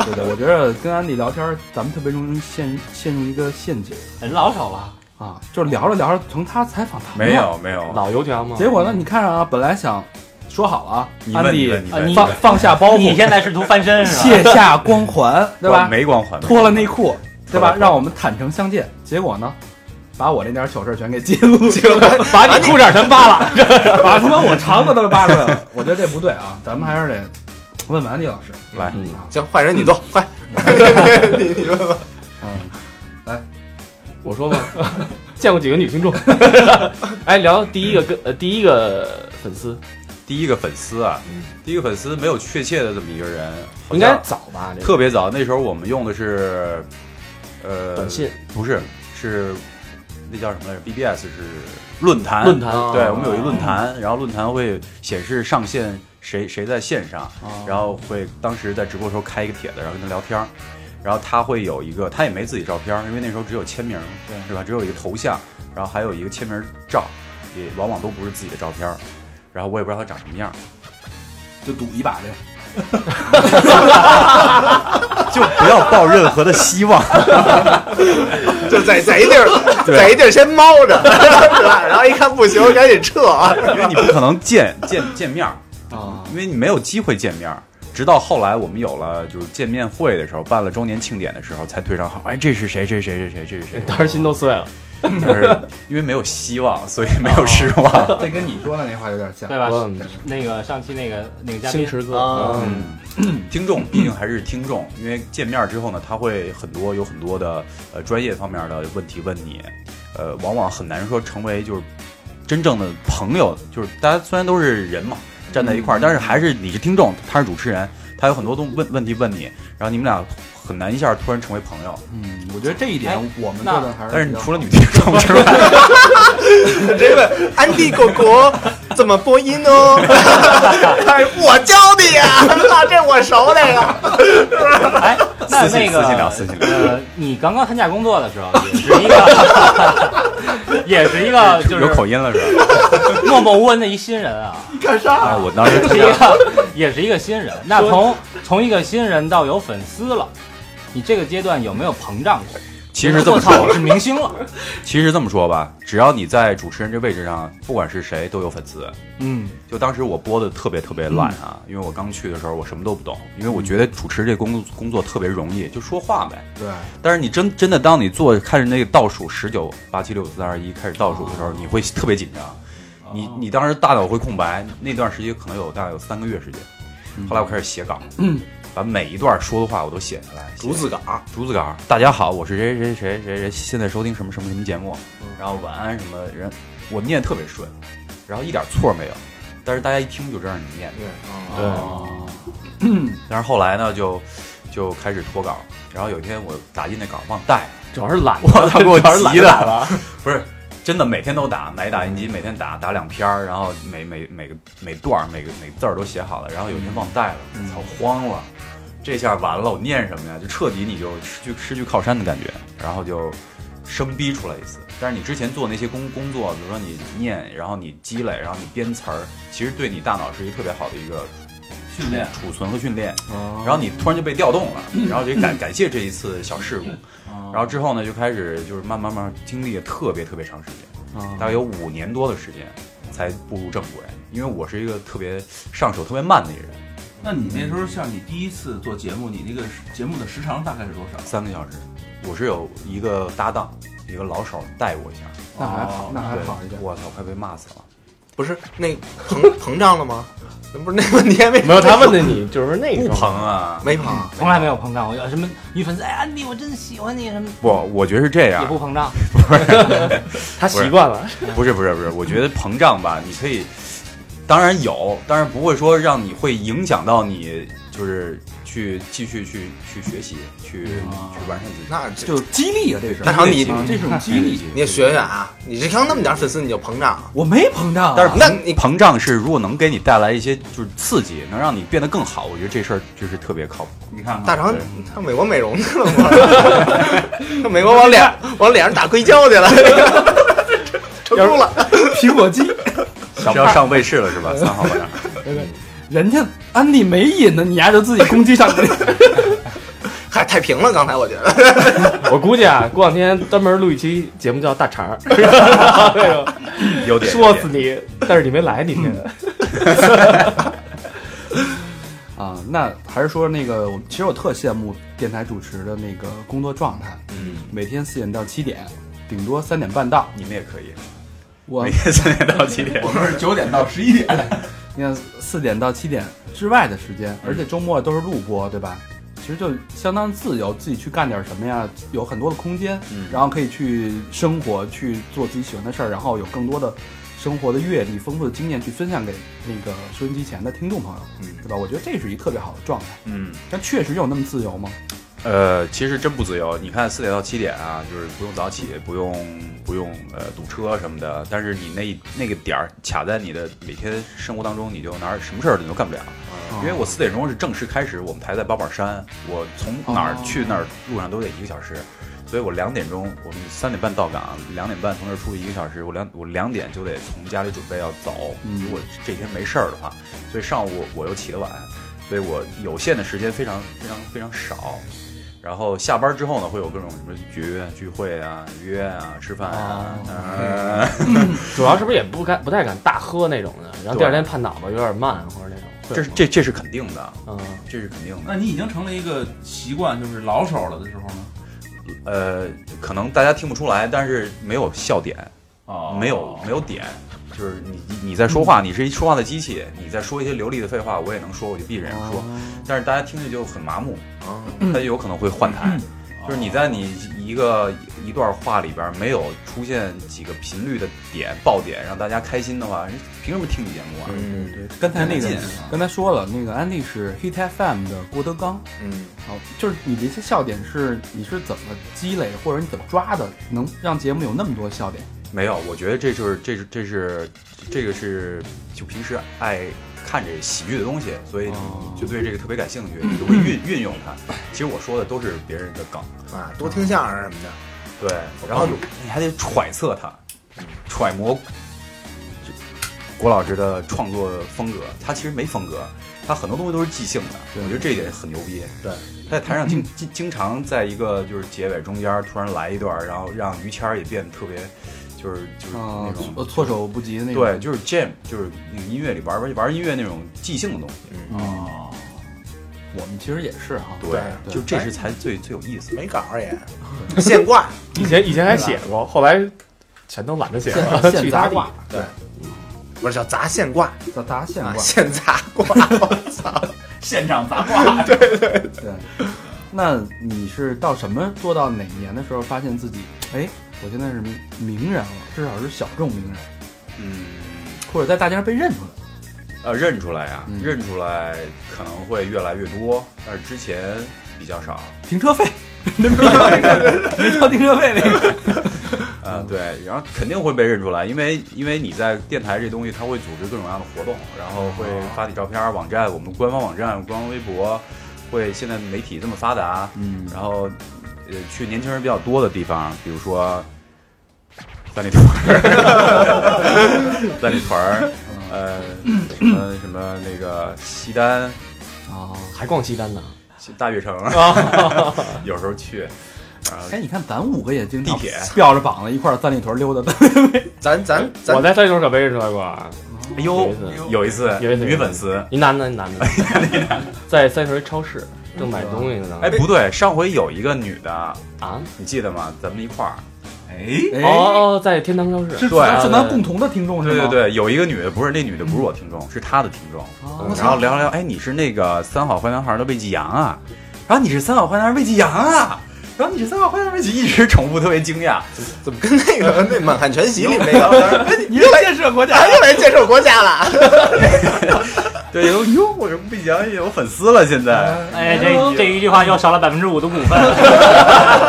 Speaker 3: 对对，我觉得跟安迪聊天，咱们特别容易陷陷入一个陷阱
Speaker 4: 人老少了。
Speaker 3: 啊，就是聊着聊着成他采访他们了
Speaker 2: 没，有没有，
Speaker 6: 老油条吗？
Speaker 3: 结果呢？你看啊，本来想说好了啊，
Speaker 2: 你
Speaker 3: 安
Speaker 2: 问你
Speaker 3: 迪
Speaker 2: 问你
Speaker 4: 啊
Speaker 2: 问
Speaker 4: 你
Speaker 3: 放放下包
Speaker 4: 你
Speaker 3: 袱，
Speaker 4: 现在试图翻身是吧？
Speaker 3: 卸下光环，对
Speaker 2: 我
Speaker 3: 吧？
Speaker 2: 没光环，
Speaker 3: 脱了内裤，对
Speaker 2: 脱了
Speaker 3: 吧？
Speaker 2: 裤
Speaker 3: 让我们坦诚相见。结果呢，把我这点糗事儿全给记录下
Speaker 6: 把你裤衩全扒了，
Speaker 3: 来，把他妈我肠子都给扒出来了。我觉得这不对啊，咱们还是得问问安迪老师。
Speaker 2: 来
Speaker 3: 嗯啊
Speaker 5: 行，换 人你坐，快，你你问吧。
Speaker 6: 我说嘛， 见过几个女 听众？哎，聊第一个跟呃第一个粉丝
Speaker 2: 第一个粉丝啊，
Speaker 3: 嗯
Speaker 2: 第一个粉丝没有确切的这么一个人，好
Speaker 6: 应该
Speaker 2: 像
Speaker 6: 早吧？这个
Speaker 2: 特别早。那时候我们用的是，呃，
Speaker 6: 短信
Speaker 2: 不是是那叫什么来着？BBS 是论坛
Speaker 6: 论坛
Speaker 4: 哦
Speaker 5: 啊
Speaker 2: 对，我们有一论坛，然后论坛会显示上线谁谁在线上，然后会当时在直播的时候开一个帖子，然后跟他聊天儿，然后他会有一个，他也没自己照片儿，因为那时候只有签名，对，是吧？只有一个头像，然后还有一个签名照，也往往都不是自己的照片儿，然后我也不知道他长什么样儿，
Speaker 3: 就赌一把呗。
Speaker 2: 就不要抱任何的希望。
Speaker 5: 就在在一地儿，在一地儿先猫着， 是吧？然后一看不行，赶紧撤啊！
Speaker 2: 因为你不可能见见见面儿，
Speaker 3: 啊，
Speaker 2: 因为你没有机会见面儿。直到后来我们有了就是见面会的时候，办了周年庆典的时候，才对上号。哎，这是谁？谁谁谁谁？这是谁？
Speaker 6: 当时心都碎了。
Speaker 2: 就是因为没有希望，所以没有失望。
Speaker 3: 这跟你说的那话有点像。
Speaker 4: 对吧？
Speaker 6: 嗯
Speaker 4: 那个上期那个那个嘉
Speaker 6: 星
Speaker 4: 宾
Speaker 6: 驰哥，
Speaker 5: 啊
Speaker 6: 嗯
Speaker 2: 听众毕竟还是听众，因为见面之后呢，他会很多有很多的呃专业方面的问题问你，呃，往往很难说成为就是真正的朋友。就是大家虽然都是人嘛，站在一块儿，但是还是你是听众，他是主持人，他有很多东问问题问你，然后你们俩很难一下突然成为朋友。
Speaker 3: 嗯，我觉得这一点
Speaker 4: 哎
Speaker 3: 我们
Speaker 4: 那
Speaker 3: 做的还是比较
Speaker 2: 但
Speaker 3: 好。
Speaker 2: 是除了女听众之外，
Speaker 5: 这个安迪狗狗怎么播音哦？ 我教你呀、 这我熟那个。
Speaker 4: 哎，那那个
Speaker 2: 私信聊私信聊
Speaker 4: 呃，你刚刚参加工作的时 候，也是一个，也是一个就
Speaker 2: 有口
Speaker 4: 是
Speaker 2: 音了是吧？
Speaker 4: 默默无闻的一新人啊，
Speaker 2: 哎，我当时
Speaker 4: 是一个也是一个新人。那从从一个新人到有粉丝了，你这个阶段有没有膨胀过？
Speaker 2: 其实这么
Speaker 4: 我
Speaker 2: 说
Speaker 4: 操，我是明星了，
Speaker 2: 其实这么说吧，只要你在主持人这位置上，不管是谁都有粉丝。
Speaker 4: 嗯，
Speaker 2: 就当时我播的特别特别烂啊，因为我刚去的时候我什么都不懂，因为我觉得主持这工作工作特别容易，就说话呗。
Speaker 3: 对，
Speaker 2: 但是你真真的当你坐开始那个倒数十九八七六五四三二一开始倒数的时候，你会特别紧张，你你当时大脑会空白，那段时间可能有大概有三个月时间。后来我开始写稿，
Speaker 3: 嗯，
Speaker 2: 把每一段说的话我都写下来，写
Speaker 5: 竹子稿，
Speaker 2: 竹子稿，大家好，我是谁谁谁谁谁，现在收听什么什么什么节目，然后晚安什么人，我念特别顺，然后一点错没有，但是大家一听就知道你念的。啊
Speaker 6: 对，
Speaker 2: 但是后来呢，就就开始脱稿，然后有一天我打印那稿忘带了，
Speaker 6: 主要是懒，
Speaker 2: 我操，给 我
Speaker 6: 主要是懒
Speaker 2: 急
Speaker 6: 得
Speaker 2: 的
Speaker 6: 打了，
Speaker 2: 不是真的每天都打，买打印机每天打打两篇儿，然后每每每个每段儿每个每字儿都写好了，然后有一天忘带了，操慌了，这下完了，我念什么呀？就彻底你就失去失去靠山的感觉，然后就生逼出来一次。但是你之前做那些工工作，比如说你念，然后你积累，然后你编词儿，其实对你大脑是一个特别好的一个
Speaker 7: 训练
Speaker 2: 储存和训练。然后你突然就被调动了，然后就感感谢这一次小事故，然后之后呢就开始就是慢慢慢慢经历了特别特别长时间，大概有五年多的时间才步入正轨，因为我是一个特别上手特别慢的一个人，
Speaker 7: 那你那时候像你第一次做节目，你那个节目的时长大概是多少？
Speaker 2: 三个小时，我是有一个搭档一个老手带我一下，
Speaker 3: 那还好
Speaker 7: 哦，
Speaker 3: 那还好一
Speaker 2: 对
Speaker 3: 点。
Speaker 2: 我操快被骂死了，
Speaker 5: 不是那膨膨胀了吗？那不是那问题还没
Speaker 6: 没有，他问的你就是那个时
Speaker 2: 不
Speaker 6: 候
Speaker 2: 疼啊，
Speaker 5: 没膨，
Speaker 4: 从来没有膨胀过。有什么女粉丝哎，安迪，我真喜欢你什么，
Speaker 2: 不，我觉得是这样
Speaker 6: 啊
Speaker 4: 也，不膨胀。
Speaker 6: 他习惯了。
Speaker 2: 不是不是不是，我觉得膨胀吧，你可以，当然有，但是不会说让你会影响到你，就是去继续去去学习，去、去完善自己。
Speaker 5: 那这
Speaker 3: 就激励啊，这是
Speaker 5: 大长你
Speaker 2: 嗯
Speaker 3: 啊，这种激励。
Speaker 5: 你也学学啊，你这刚那么点粉丝你就膨胀，
Speaker 3: 我没膨胀啊，
Speaker 2: 但是
Speaker 5: 那
Speaker 2: 膨
Speaker 5: 你
Speaker 2: 膨胀是如果能给你带来一些就是刺激，能让你变得更好，我觉得这事儿就是特别靠谱。
Speaker 7: 你看看，
Speaker 5: 大长
Speaker 2: 对
Speaker 5: 上美国美容去了吗？ 上美国往脸往脸上打硅胶去了， 成功了。
Speaker 3: 苹果肌，
Speaker 2: 想不要上卫视了是吧？三号班长，
Speaker 3: 人家安迪没瘾呢，你丫就自己攻击上去。
Speaker 5: 嗨，太平了，刚才我觉得。
Speaker 6: 我估计啊，过两天专门录一期节目叫《大肠 儿》哎
Speaker 2: 有点
Speaker 6: 说死你，但是你没来那天。
Speaker 4: 嗯
Speaker 3: 啊，那还是说那个，我其实我特羡慕电台主持的那个工作状态，
Speaker 2: 嗯，
Speaker 3: 每天四点到七点，顶多三点半到。
Speaker 2: 你们也可以，
Speaker 3: 我
Speaker 2: 每天三点到七点。
Speaker 7: 我们是九点到十一点，
Speaker 3: 你看四点到七点之外的时间，而且周末都是录播，对吧？其实就相当自由，自己去干点什么呀，有很多的空间，
Speaker 2: 嗯
Speaker 3: 然后可以去生活，去做自己喜欢的事儿，然后有更多的生活的阅历、丰富的经验去分享给那个收音机前的听众朋友，
Speaker 2: 嗯
Speaker 3: 对吧？我觉得这是一特别好的状态。
Speaker 2: 嗯，
Speaker 3: 但确实有那么自由吗？
Speaker 2: 呃，其实真不自由。你看四点到七点啊，就是不用早起，不用不用呃堵车什么的。但是你那那个点儿卡在你的每天生活当中，你就哪儿什么事儿你都干不了。因为我四点钟是正式开始，我们台在八宝山，我从哪儿去哪儿路上都得一个小时，所以我两点钟，我们三点半到岗，两点半从这儿出去一个小时，我两我两点就得从家里准备要走。
Speaker 3: 嗯
Speaker 2: 如果这天没事儿的话，所以上午我又起得晚，所以我有限的时间非常非常非常少。然后下班之后呢，会有各种什么局聚会啊、约啊、吃饭啊，呃
Speaker 6: 主要是不是也不敢不太敢大喝那种的，然后第二天怕脑子有点慢或者那种。
Speaker 2: 这是这这是肯定的，
Speaker 6: 嗯，
Speaker 2: 这是肯定的。
Speaker 7: 那你已经成了一个习惯，就是老手了的时候呢？
Speaker 2: 呃，可能大家听不出来，但是没有笑点，
Speaker 3: 啊
Speaker 7: 哦
Speaker 2: 没有没有点，就是你你你在说话，你是一说话的机器，你在说一些流利的废话，我也能说，我就闭着眼睛说，但是大家听着就很麻木，他有可能会换台。就是你在你一个一段话里边没有出现几个频率的点爆点，让大家开心的话，人凭什么听你节目啊？
Speaker 5: 嗯
Speaker 3: 刚才那个
Speaker 2: 劲
Speaker 3: 刚
Speaker 7: 嗯
Speaker 3: 才说了，那个安利是 Hit FM 的郭德纲，
Speaker 5: 嗯，
Speaker 3: 好，哦就是你这些笑点是你是怎么积累或者你怎么抓的，能让节目有那么多笑点？
Speaker 2: 没有，我觉得这就是这是这是这个是就平时爱看这喜剧的东西，所以你就对这个特别感兴趣，你就会运运用它。其实我说的都是别人的梗，
Speaker 5: 啊，多听相声什么的。
Speaker 2: 对，然后有你还得揣测它，揣摩这郭老师的创作风格。他其实没风格，他很多东西都是即兴的。我觉得这一点很牛逼。
Speaker 5: 对，
Speaker 2: 他在台上经经经常在一个就是结尾中间突然来一段，然后让于谦儿也变得特别，就是
Speaker 7: 嗯
Speaker 2: 就是
Speaker 3: 啊
Speaker 2: 那种、，
Speaker 3: 措措手不及的那种。
Speaker 2: 对，就是 jam，就是那个音乐里玩玩玩音乐那种即兴的东西。
Speaker 3: 哦，我们其实也是哈。
Speaker 2: 对，
Speaker 3: 对哎
Speaker 2: 就这是才最最有意思。
Speaker 5: 没稿儿也，现挂。
Speaker 6: 以前以前还写过，后来全都懒得写了，
Speaker 3: 现
Speaker 6: 去
Speaker 3: 现
Speaker 6: 他
Speaker 3: 砸
Speaker 6: 地
Speaker 3: 挂，
Speaker 5: 对，不是叫砸现挂
Speaker 3: 砸砸现
Speaker 5: 啊，
Speaker 3: 挂。
Speaker 5: 现砸挂。 我操！
Speaker 7: 现场砸挂，
Speaker 3: 对，那你是到什么做到哪年的时候发现自己，哎，我现在是名名人了，至少是小众名人，
Speaker 2: 嗯，
Speaker 3: 或者在大街上被认出来？
Speaker 2: 呃，认出来啊，
Speaker 3: 嗯
Speaker 2: 认出来可能会越来越多，但是之前比较少。
Speaker 3: 停车费 没交停车费那个。
Speaker 6: 嗯
Speaker 2: 啊，对，然后肯定会被认出来，因为因为你在电台这东西，它会组织各种各样的活动，然后会
Speaker 6: 哦
Speaker 2: 发你照片儿，网站，我们官方网站、官方微博，会现在媒体这么发达，
Speaker 7: 嗯，
Speaker 2: 然后呃去年轻人比较多的地方，比如说三里屯儿， 三里屯儿，呃什么什么那个西单、
Speaker 6: 哦，还逛西单呢？
Speaker 2: 西大悦城，
Speaker 6: 哦
Speaker 2: 有时候去，然后
Speaker 3: 哎，你看咱五个也经常
Speaker 2: 地铁
Speaker 3: 吊着膀子一块儿三里屯溜达的，
Speaker 5: 咱咱
Speaker 6: 我
Speaker 5: 咱
Speaker 6: 在三里屯可没认出来过啊。
Speaker 2: 哎呦
Speaker 6: 有一次，
Speaker 2: 有
Speaker 6: 有
Speaker 2: 一次
Speaker 6: 一次
Speaker 2: 女粉丝。
Speaker 6: 一男的，一男
Speaker 4: 哎
Speaker 6: 的， 在三里屯超市正买东西呢。
Speaker 2: 哎，不对，上回有一个女的，
Speaker 6: 啊，
Speaker 2: 你记得吗？咱们一块儿，
Speaker 7: 哎，
Speaker 3: 哎，
Speaker 6: 哦哦，在天堂超市。
Speaker 3: 是
Speaker 2: 对
Speaker 3: 咱是咱
Speaker 6: 对
Speaker 3: 共同的听众是
Speaker 2: 对
Speaker 3: 吗？
Speaker 2: 对对，有一个女的，不是那女的，不是我听众，是她的听众。
Speaker 6: 哦
Speaker 2: 然后聊聊，哎，你是那个三好坏男孩的魏继阳啊？然后你是三好坏男孩魏继阳啊？然后你是三好坏男孩魏继，一直重复，特别惊讶。
Speaker 5: 怎么跟那个那《满汉全席》里面那个，
Speaker 3: 你又建设国家
Speaker 5: 哎咱，又来介绍国家了。
Speaker 2: 对，哟哟，我这魏继阳也有粉丝了，现
Speaker 7: 呃
Speaker 2: 在。
Speaker 4: 哎，这这一句话又少了百分之五的股份。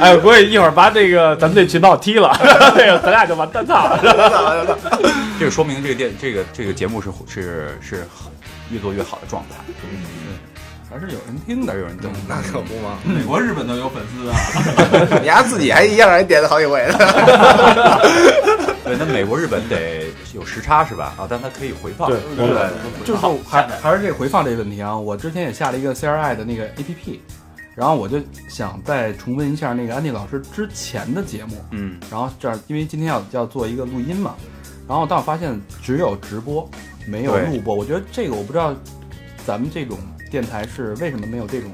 Speaker 6: 哎，我估计一会儿把这个咱们这群把我踢了， 这个咱俩就完蛋操了。
Speaker 2: 这说明这个电这个这个节目是是是越做越好的状态，
Speaker 3: 还是有人听
Speaker 2: 哪
Speaker 3: 的。
Speaker 2: 有人懂？
Speaker 5: 那可不嘛，
Speaker 7: 美国、日本都有粉丝啊，
Speaker 5: 你丫自己还一样让人点了好几回呢。
Speaker 2: 对，那美国、日本得有时差是吧？啊，但它可以回放。
Speaker 6: 对
Speaker 2: 对
Speaker 6: 我
Speaker 3: 就是还还是这回放这问题啊，我之前也下了一个 CRI 的那个 APP，然后我就想再重温一下那个安迪老师之前的节目，
Speaker 2: 嗯，
Speaker 3: 然后这样因为今天要要做一个录音嘛，然后但我发现只有直播没有
Speaker 2: 对
Speaker 3: 录播，我觉得这个我不知道咱们这种电台是为什么没有这种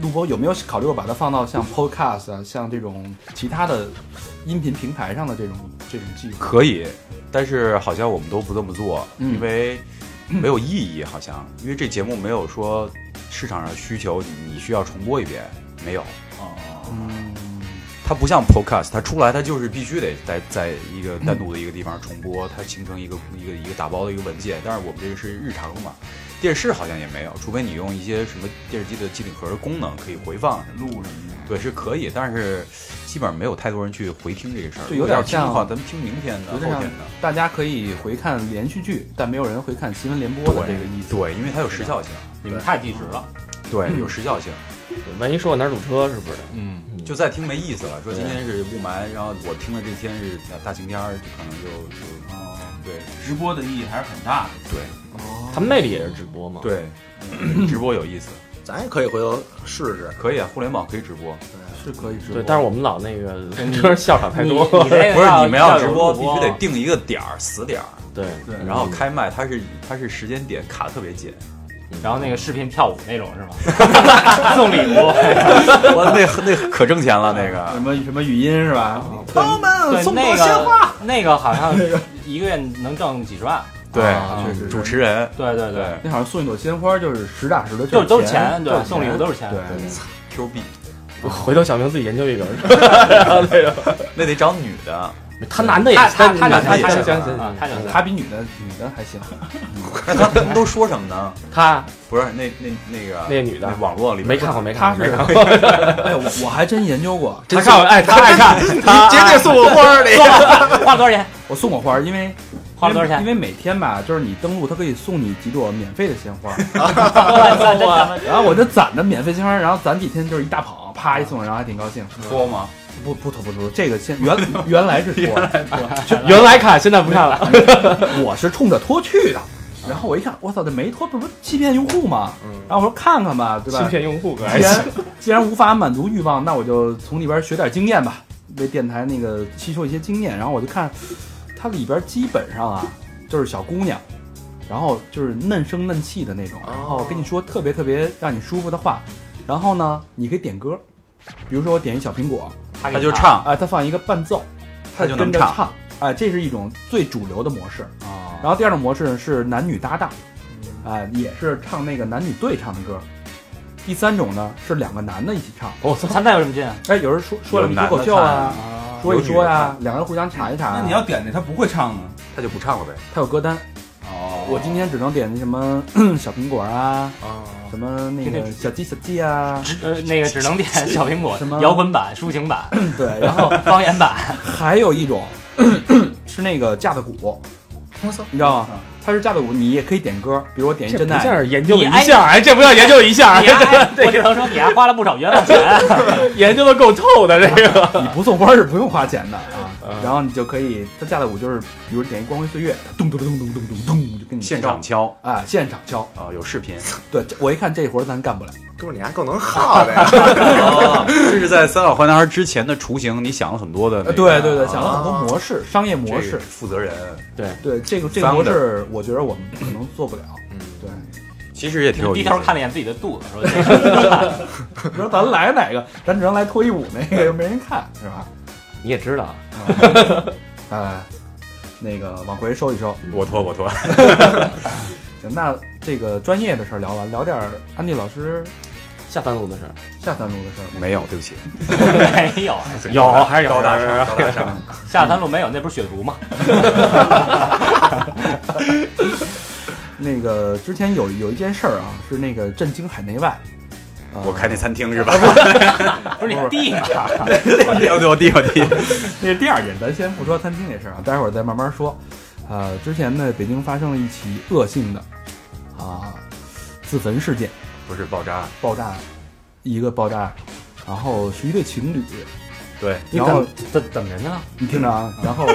Speaker 3: 录播，有没有考虑过把它放到像 Podcast 啊，像这种其他的音频平台上的这种这种技术？
Speaker 2: 可以，但是好像我们都不这么做，
Speaker 3: 嗯
Speaker 2: 因为没有意义，好像因为这节目没有说市场上需求，你你需要重播一遍，没有。
Speaker 3: 嗯，
Speaker 2: 它不像 podcast，它出来它就是必须得在在一个单独的一个地方重播，它形成一个一个一个打包的一个文件。但是我们这个是日常的嘛，电视好像也没有，除非你用一些什么电视机的机顶盒的功能可以回放，
Speaker 7: 录什么
Speaker 3: 嗯
Speaker 7: 的。
Speaker 2: 对，是可以，但是基本上没有太多人去回听这个事儿。
Speaker 3: 就有点
Speaker 2: 如果要听的话，
Speaker 3: 像
Speaker 2: 咱们听明天的、后
Speaker 3: 有点
Speaker 2: 天
Speaker 3: 像
Speaker 2: 的。
Speaker 3: 大家可以回看连续剧，但没有人回看新闻联播的这个意思。
Speaker 2: 对，因为它有时效性，
Speaker 4: 你们太计时了。
Speaker 2: 对，有时效性，
Speaker 6: 万一说我哪儿堵车是不是？
Speaker 4: 嗯，
Speaker 2: 就再听没意思了。说今天是雾霾，然后我听了这天是大晴天儿，就可能就就
Speaker 7: 哦，
Speaker 2: 对
Speaker 7: 直播的意义还是很大的。
Speaker 2: 对
Speaker 6: 他们那里也是直播吗？，
Speaker 2: 对，直播有意思，
Speaker 5: 咱也可以回头试试。
Speaker 2: 嗯 可以啊，互联网可以直播，
Speaker 3: 是可以直播。
Speaker 6: 对，但是我们老那个车笑场太
Speaker 4: 你
Speaker 6: 多。
Speaker 4: 你这个
Speaker 2: 不是你们要
Speaker 4: 有
Speaker 2: 直播
Speaker 4: 主
Speaker 2: 必须得定一个点儿死点儿，
Speaker 6: 对，
Speaker 7: 对，
Speaker 2: 然后开麦，它是它是时间点卡特别紧，
Speaker 4: 然后那个视频跳舞那种是吗？送礼物，
Speaker 2: 我那那可挣钱了那
Speaker 3: 什
Speaker 2: 个，
Speaker 3: 么什么语音是吧？
Speaker 4: 他们送那个那个好像一个月能挣几十万，
Speaker 3: 啊确
Speaker 2: 对，
Speaker 3: 实
Speaker 2: 主持人
Speaker 4: 对对
Speaker 2: 对
Speaker 3: 那好像送一朵鲜花就是实打实的，
Speaker 4: 就是都
Speaker 3: 是
Speaker 4: 是钱，
Speaker 3: 都
Speaker 4: 对，
Speaker 3: 是
Speaker 4: 送礼物都是钱，
Speaker 3: 对，
Speaker 2: Q B，
Speaker 6: 回头小明自己研究一个。
Speaker 2: 那得找女的，
Speaker 6: 他男的也，
Speaker 4: 他他他
Speaker 6: 男
Speaker 4: 就
Speaker 6: 的
Speaker 4: 他
Speaker 6: 也
Speaker 4: 就
Speaker 6: 行
Speaker 4: 行
Speaker 6: 行
Speaker 4: 啊
Speaker 6: 行，，
Speaker 4: 他就行。
Speaker 3: 他比女的女的还行。
Speaker 2: 那他们都说什么呢？
Speaker 6: 他
Speaker 2: 不是那那那个
Speaker 6: 那女的
Speaker 2: 网络里
Speaker 6: 没
Speaker 2: 边
Speaker 6: 看过，没
Speaker 3: 他
Speaker 6: 看过，
Speaker 3: 是，
Speaker 6: 没看过。
Speaker 3: 哎，我我还真研究过，
Speaker 6: 他看我，哎，他爱看，他
Speaker 5: 绝对送我花儿的，
Speaker 4: 花了多少钱？
Speaker 3: 我送过花儿，因为
Speaker 4: 花了多少钱
Speaker 3: 因为每天吧，就是你登录，他可以送你几朵免费的鲜花，然后我就攒着免费鲜花，然后攒几天就是一大捧，啪一送，然后还挺高兴。
Speaker 2: 脱吗？
Speaker 3: 不不脱不脱，这个现原原来是脱，
Speaker 6: 原来看，现在不看了。
Speaker 3: 我是冲着脱去的。然后我一看，我操，这没脱，这不是欺骗用户吗？然后我说看看吧，对吧？
Speaker 6: 欺骗用户可还
Speaker 3: 既然
Speaker 6: 行？
Speaker 3: 既然无法满足欲望，那我就从里边学点经验吧，为电台那个吸收一些经验。然后我就看，它里边基本上啊，就是小姑娘，然后就是嫩声嫩气的那种，然后跟你说特别特别让你舒服的话。然后呢，你可以点歌，比如说我点一小苹果，
Speaker 4: 他
Speaker 2: 他就，唱，
Speaker 3: 啊，它放一个伴奏，
Speaker 2: 他就能
Speaker 3: 跟着
Speaker 2: 唱
Speaker 3: 唱，哎，这是一种最主流的模式。
Speaker 2: 哦
Speaker 3: 然后第二种模式呢是男女搭档，
Speaker 6: 嗯
Speaker 3: 啊、也是唱那个男女对唱的歌。第三种呢是两个男的一起唱，
Speaker 4: 我操，他那有什么劲啊？
Speaker 3: 哎，有人说说两句脱口秀啊，说一说呀、两个人互相查一查、
Speaker 7: 那你要点那他不会唱啊，
Speaker 2: 他就不唱了呗。
Speaker 3: 他有歌单，
Speaker 7: 哦
Speaker 3: 我今天只能点那什么 小苹果啊，
Speaker 6: 哦
Speaker 5: 啊，
Speaker 3: 什么那
Speaker 4: 这
Speaker 3: 个
Speaker 4: 个
Speaker 3: 小鸡小鸡啊，
Speaker 4: 呃，那个只能点小苹果
Speaker 3: 什么
Speaker 4: 摇滚版、抒情版、
Speaker 3: 对，然后
Speaker 4: 方言版，
Speaker 3: 还有 一种是那个架子鼓，
Speaker 5: 我操，
Speaker 3: 你知道吗？它是架子鼓，你也可以点歌，比如我点一
Speaker 6: 嗯这
Speaker 3: 真
Speaker 6: 不
Speaker 3: 爱，
Speaker 6: 叫研究
Speaker 4: 你
Speaker 6: 一
Speaker 4: 挨
Speaker 6: 下，哎，这不叫研究一下，
Speaker 4: 你还我只能说你还花了不少冤枉钱。
Speaker 6: 研究的够透的这个。
Speaker 3: 你不送花是不用花钱的 啊。
Speaker 6: 嗯
Speaker 3: 然后你就可以，它架子鼓就是，比如点一《光辉岁月》，咚咚咚咚咚咚咚，就跟你
Speaker 2: 现场敲
Speaker 3: 啊，现场敲。
Speaker 2: 啊、有视 频，
Speaker 3: 对，这我一看这活儿咱干不
Speaker 2: 哎
Speaker 3: 了，
Speaker 5: 哥们儿，你还够能耗的呀！
Speaker 2: 这是在三好坏男孩之前的雏形，你想了很多的那个、
Speaker 3: 呃对对对，
Speaker 2: 啊
Speaker 3: 想了很多模式，商业模
Speaker 2: 这
Speaker 3: 式
Speaker 2: 个，负责人，
Speaker 3: 对这个这个模式，我觉得我们可能做不了。
Speaker 5: 嗯，
Speaker 3: 对，
Speaker 2: 其实也挺
Speaker 6: 哦
Speaker 2: 有
Speaker 4: 低
Speaker 2: 意思
Speaker 4: 头
Speaker 2: 的。
Speaker 4: 看了一眼自己的肚子，说这 个
Speaker 3: 你说咱来哪个？咱只能来脱衣舞那 个，又没人看，是吧？
Speaker 6: 你也知道，
Speaker 3: 哎，那个往回收一收。
Speaker 2: 我脱我脱，
Speaker 3: 行，那这个专业的事儿聊完，聊点儿安迪老师
Speaker 6: 下班路的事儿
Speaker 3: 下三路的事儿吧。
Speaker 2: 没有，对不起，
Speaker 4: 没有，
Speaker 6: 有还是有
Speaker 2: 高大
Speaker 6: 的
Speaker 2: 上，高大上。
Speaker 4: 下三路没有，那不是血族吗？
Speaker 3: 那个之前有有一件事儿啊，是那个震惊海内外。啊
Speaker 2: 我开那餐厅是吧？
Speaker 4: 不是你弟吗？
Speaker 2: 我弟我弟我弟，
Speaker 3: 那第二点，咱先不说餐厅这事儿啊，待会儿再慢慢说。呃，之前呢，北京发生了一起恶性的啊自焚事件，
Speaker 2: 不是爆炸，
Speaker 3: 爆炸案，一个爆炸案，然后是一对情侣，
Speaker 2: 对，
Speaker 3: 然后
Speaker 6: 怎怎么着呢？
Speaker 3: 你听着啊，然后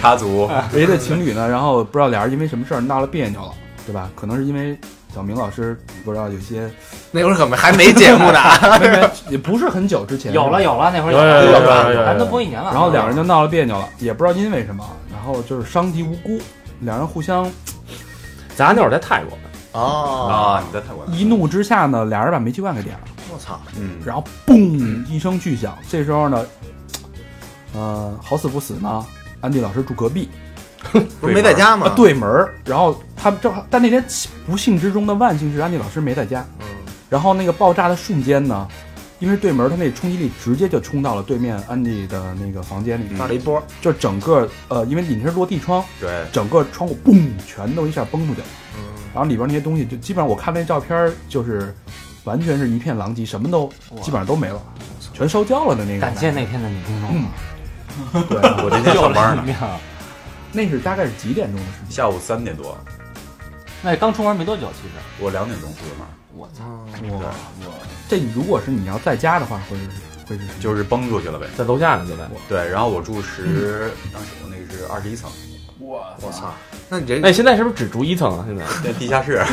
Speaker 2: 插足，
Speaker 3: 有一对情侣呢，然后不知道俩人因为什么事儿闹了别扭了，对吧？可能是因为小明老师不知道有些
Speaker 5: 那会儿可没还没节目呢，
Speaker 3: 没没也不是很久之前
Speaker 4: 有了有了，那会
Speaker 6: 嗯
Speaker 4: 儿
Speaker 6: 有有
Speaker 4: 了
Speaker 6: 有有有有
Speaker 4: 咱都播一年了。
Speaker 3: 然后两人就闹了别扭了，也不知道因为什么，然后就是伤及无辜，两人互相
Speaker 6: 咱那会儿在泰国，
Speaker 5: 哦
Speaker 2: 啊，你在泰国呢？
Speaker 3: 一怒之下呢，俩人把煤气罐给点了，
Speaker 5: 我操，
Speaker 2: 嗯，
Speaker 3: 然后嘣一声巨响，这时候呢，呃，好死不死呢，安迪老师住隔壁啊
Speaker 5: 不是没在家吗？，
Speaker 3: 对门儿，然后他们正好，但那天不幸之中的万幸是安迪老师没在家，
Speaker 5: 嗯，
Speaker 3: 然后那个爆炸的瞬间呢。因为对门儿，它那冲击力直接就冲到了对面安迪的那个房间里，
Speaker 5: 闹了一波，
Speaker 3: 就整个呃，因为你是落地窗，
Speaker 2: 对，
Speaker 3: 整个窗户嘣全都一下崩出去了，
Speaker 5: 嗯，
Speaker 3: 然后里边那些东西就基本上我看那照片儿就是完全是一片狼藉，什么都
Speaker 4: 哇
Speaker 3: 基本上都没了，全烧焦了的那个。
Speaker 4: 感谢那天的女听众，
Speaker 3: 对，
Speaker 2: 我今天
Speaker 4: 救
Speaker 2: 上
Speaker 4: 了
Speaker 2: 班
Speaker 4: 你
Speaker 2: 呢，
Speaker 4: 命。
Speaker 3: 那是大概是几点钟的事情？
Speaker 2: 下午三点多，
Speaker 4: 那刚出门没多久，其实
Speaker 2: 我两点钟出的门，
Speaker 4: 我操，
Speaker 3: 哇，这你如果是你要在家的话，会是会是什么？
Speaker 2: 就是崩出去了呗。
Speaker 6: 在楼下呢，就在。
Speaker 2: 对，然后我住十，
Speaker 4: 嗯
Speaker 2: 当时我那个是二十一层，
Speaker 5: 我操，那你这
Speaker 6: 那现在是不是只住一层啊？现在
Speaker 2: 在地下 室，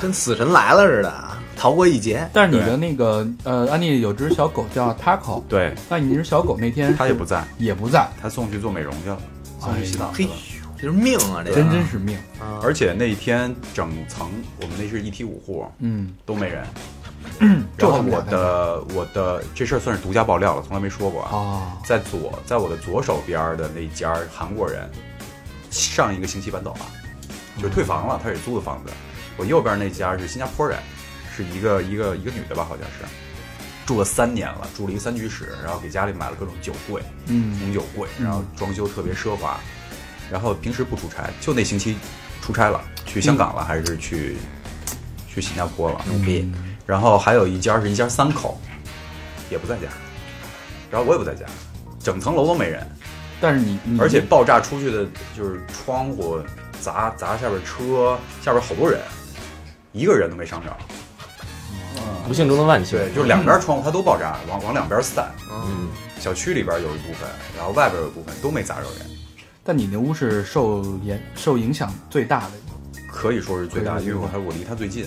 Speaker 5: 跟死神来了似的啊，逃过一劫。
Speaker 3: 但是你的那个呃，安妮有只小狗叫 Taco，
Speaker 2: 对
Speaker 3: 那你那只小狗那天
Speaker 2: 他也不在，
Speaker 3: 也不在，
Speaker 2: 他送去做美容去了，
Speaker 4: 哎
Speaker 2: 送去洗澡
Speaker 5: 嘿
Speaker 2: 去
Speaker 5: 呦
Speaker 2: 了。，
Speaker 5: 这是命啊，这个
Speaker 3: 真真是命。
Speaker 5: 啊
Speaker 2: 而且那一天整层我们那是一梯五户
Speaker 3: 嗯，
Speaker 2: 都没 人，
Speaker 3: 就
Speaker 2: 然
Speaker 3: 他
Speaker 2: 后
Speaker 3: 们俩
Speaker 2: 我
Speaker 3: 在家
Speaker 2: 的我的这事儿算是独家爆料了，从来没说过啊。
Speaker 3: 哦，
Speaker 2: 在左，在我的左手边儿的那家韩国人，上一个星期搬走了，就是退房了，他也租的房子。我右边那家是新加坡人，是一个一个一个女的吧，好像是，住了三年了，住了一个三居室，然后给家里买了各种酒柜，
Speaker 3: 嗯，
Speaker 2: 红酒柜，然后装修特别奢华，然后平时不出差，就那星期出差了，去香港了、还是去去新加坡了，OK、然后还有一家是一家三口，也不在家，然后我也不在家，整层楼都没人，
Speaker 3: 但是你你
Speaker 2: 而且爆炸出去的就是窗户砸砸下边车，下边好多人，一个人都没伤着，
Speaker 6: 不幸中的万幸。
Speaker 2: 对，就是两边窗户它都爆炸，往往两边散，
Speaker 6: 嗯，
Speaker 2: 小区里边有一部分，然后外边有一部分都没砸着人。
Speaker 3: 但你那屋是受影受影响最大的，
Speaker 2: 可以说是最大
Speaker 3: 可
Speaker 2: 的，
Speaker 3: 以
Speaker 2: 因为我还我离他最近。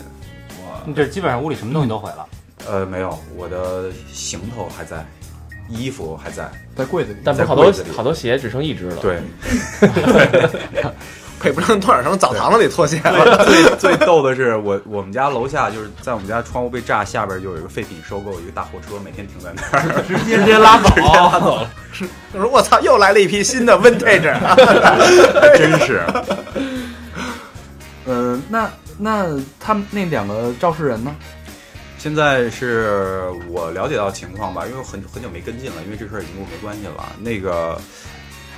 Speaker 4: 你这基本上屋里什么东西都毁了。
Speaker 2: 呃，没有，我的行头还在，衣服还在。
Speaker 3: 在柜子里。
Speaker 6: 但不是好
Speaker 2: 在
Speaker 6: 多
Speaker 2: 柜子里
Speaker 6: 好多鞋只剩一只了。，
Speaker 2: 对，
Speaker 5: 配不上多少声澡堂子里脱鞋了。
Speaker 2: 最 最逗的是，我我们家楼下就是在我们家窗户被炸下边就有一个废品收购一个大货车，每天停在那儿，直接拉走，直接拉走了，
Speaker 5: 我说我操，又来了一批新的 vintage，
Speaker 2: 真是。
Speaker 3: 呃，那那他们那两个肇事人呢？
Speaker 2: 现在是我了解到情况吧，因为我很很久没跟进了，因为这事儿已经跟我没关系了。那个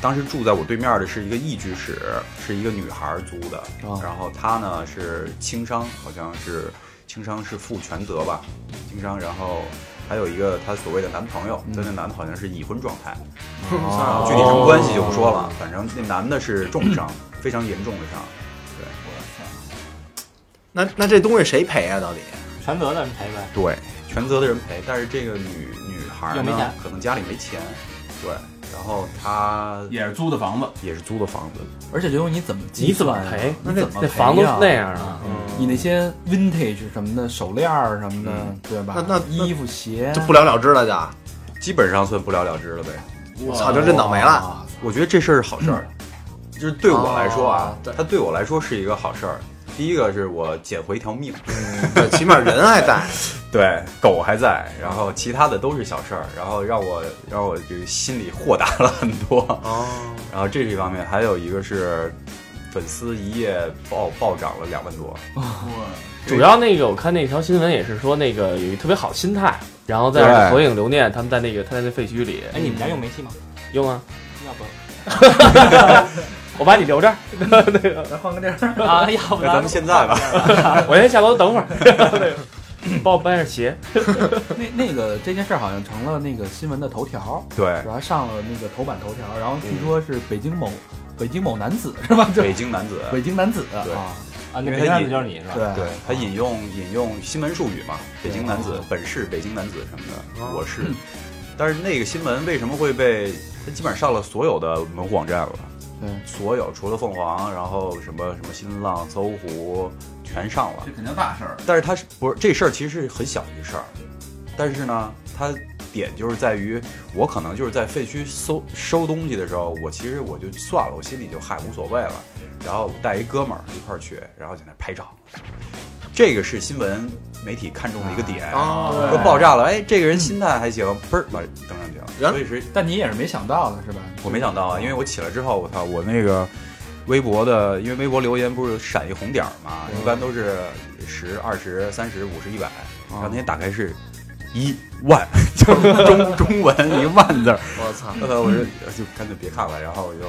Speaker 2: 当时住在我对面的是一个一居室，是一个女孩租的，
Speaker 3: 哦
Speaker 2: 然后她呢是轻伤，好像是轻伤是负全责吧，轻伤，然后还有一个她所谓的男朋友，但那男的好像是已婚状态，
Speaker 7: 哦
Speaker 2: 啊具体什么关系就不说了，反正那男的是重伤，非常严重的伤。
Speaker 5: 那那这东西谁赔啊？到底？
Speaker 4: 全责的人赔呗，
Speaker 2: 对，全责的人赔，但是这个女女孩
Speaker 4: 又没钱
Speaker 2: 呢，可能家里没钱，对，然后她
Speaker 7: 也是租的房子，
Speaker 2: 也是租的房子，
Speaker 8: 而且这东西你怎么计
Speaker 6: 你怎么
Speaker 8: 算呀
Speaker 6: 赔？
Speaker 8: 你
Speaker 6: 那
Speaker 8: 怎么
Speaker 6: 那
Speaker 8: 赔
Speaker 6: 房子
Speaker 8: 呀
Speaker 6: 那样
Speaker 4: 哎
Speaker 6: 啊？
Speaker 3: 嗯
Speaker 8: 你那些 vintage 什么的手链儿什么的，
Speaker 6: 嗯
Speaker 8: 对吧？
Speaker 5: 那那那
Speaker 8: 衣服鞋
Speaker 5: 就不了了之了就。
Speaker 2: 基本上算不了了之了呗。
Speaker 5: 我操，就认倒霉了。
Speaker 8: 啊
Speaker 2: 我觉得这事儿是好事儿，就是对我来说啊
Speaker 8: 哦，对
Speaker 2: 它对我来说是一个好事儿。第一个是我捡回一条命，
Speaker 5: 对，起码人还在。
Speaker 2: 对，狗还在，然后其他的都是小事儿，然后让我让我这个心里豁达了很多。
Speaker 5: 哦，
Speaker 2: 然后这是一方面，还有一个是粉丝一夜暴暴涨了两万多，
Speaker 6: 主要那个我看那条新闻也是说那个有一特别好心态，然后在那儿
Speaker 2: 对
Speaker 6: 合影留念，他们在那个他在那废墟里
Speaker 4: 哎，你们家用煤 气吗？
Speaker 6: 用啊，
Speaker 4: 要不
Speaker 6: 我把你留这儿，
Speaker 8: 咱换个地儿，
Speaker 4: 啊，要不
Speaker 2: 那咱们现在吧，
Speaker 6: 我先下楼等会儿， 帮我搬下鞋。
Speaker 8: 哦那那个这件事儿好像成了那个新闻的头条，
Speaker 2: 对，
Speaker 8: 然后上了那个头版头条，然后据说是北京某北京某男子是吧？就
Speaker 2: 北京男子，
Speaker 8: 北京男子
Speaker 2: 对
Speaker 8: 啊，
Speaker 4: 啊，
Speaker 2: 因为
Speaker 4: 那北京
Speaker 2: 他
Speaker 4: 案
Speaker 2: 引
Speaker 4: 子就是你是吧？
Speaker 8: 对
Speaker 2: 对他引用引用新闻术语嘛，北京男子、本市北京男子什么的，我是。但是那个新闻为什么会被？他基本上上了所有的门户网站了，
Speaker 8: 对，
Speaker 2: 所有除了凤凰，然后什么什么新浪、搜狐全上了
Speaker 7: 这。肯定大事儿。
Speaker 2: 但是他是不是这事儿其实是很小一事儿，但是呢，它点就是在于我可能就是在废墟搜收东西的时候，我其实我就算了，我心里就嗨无所谓了，然后带一哥们儿一块儿去，然后在那拍照，这个是新闻媒体看中的一个点。
Speaker 3: 啊
Speaker 5: 哦，
Speaker 2: 都爆炸了，哎，这个人心态还行，嘣儿把人登上去了，
Speaker 5: 然
Speaker 2: 所以是
Speaker 8: 但你也是没想到的是吧？
Speaker 2: 我没想到啊，因为我起来之后，我操，我那个微博的，因为微博留言不是闪一红点儿嘛，一般都是十、二十、三十、五十、一百，然后那天打开是一万， 就是中中文一万字儿，
Speaker 5: 我 操，
Speaker 2: 呃， 我就就干脆别看了，然后我就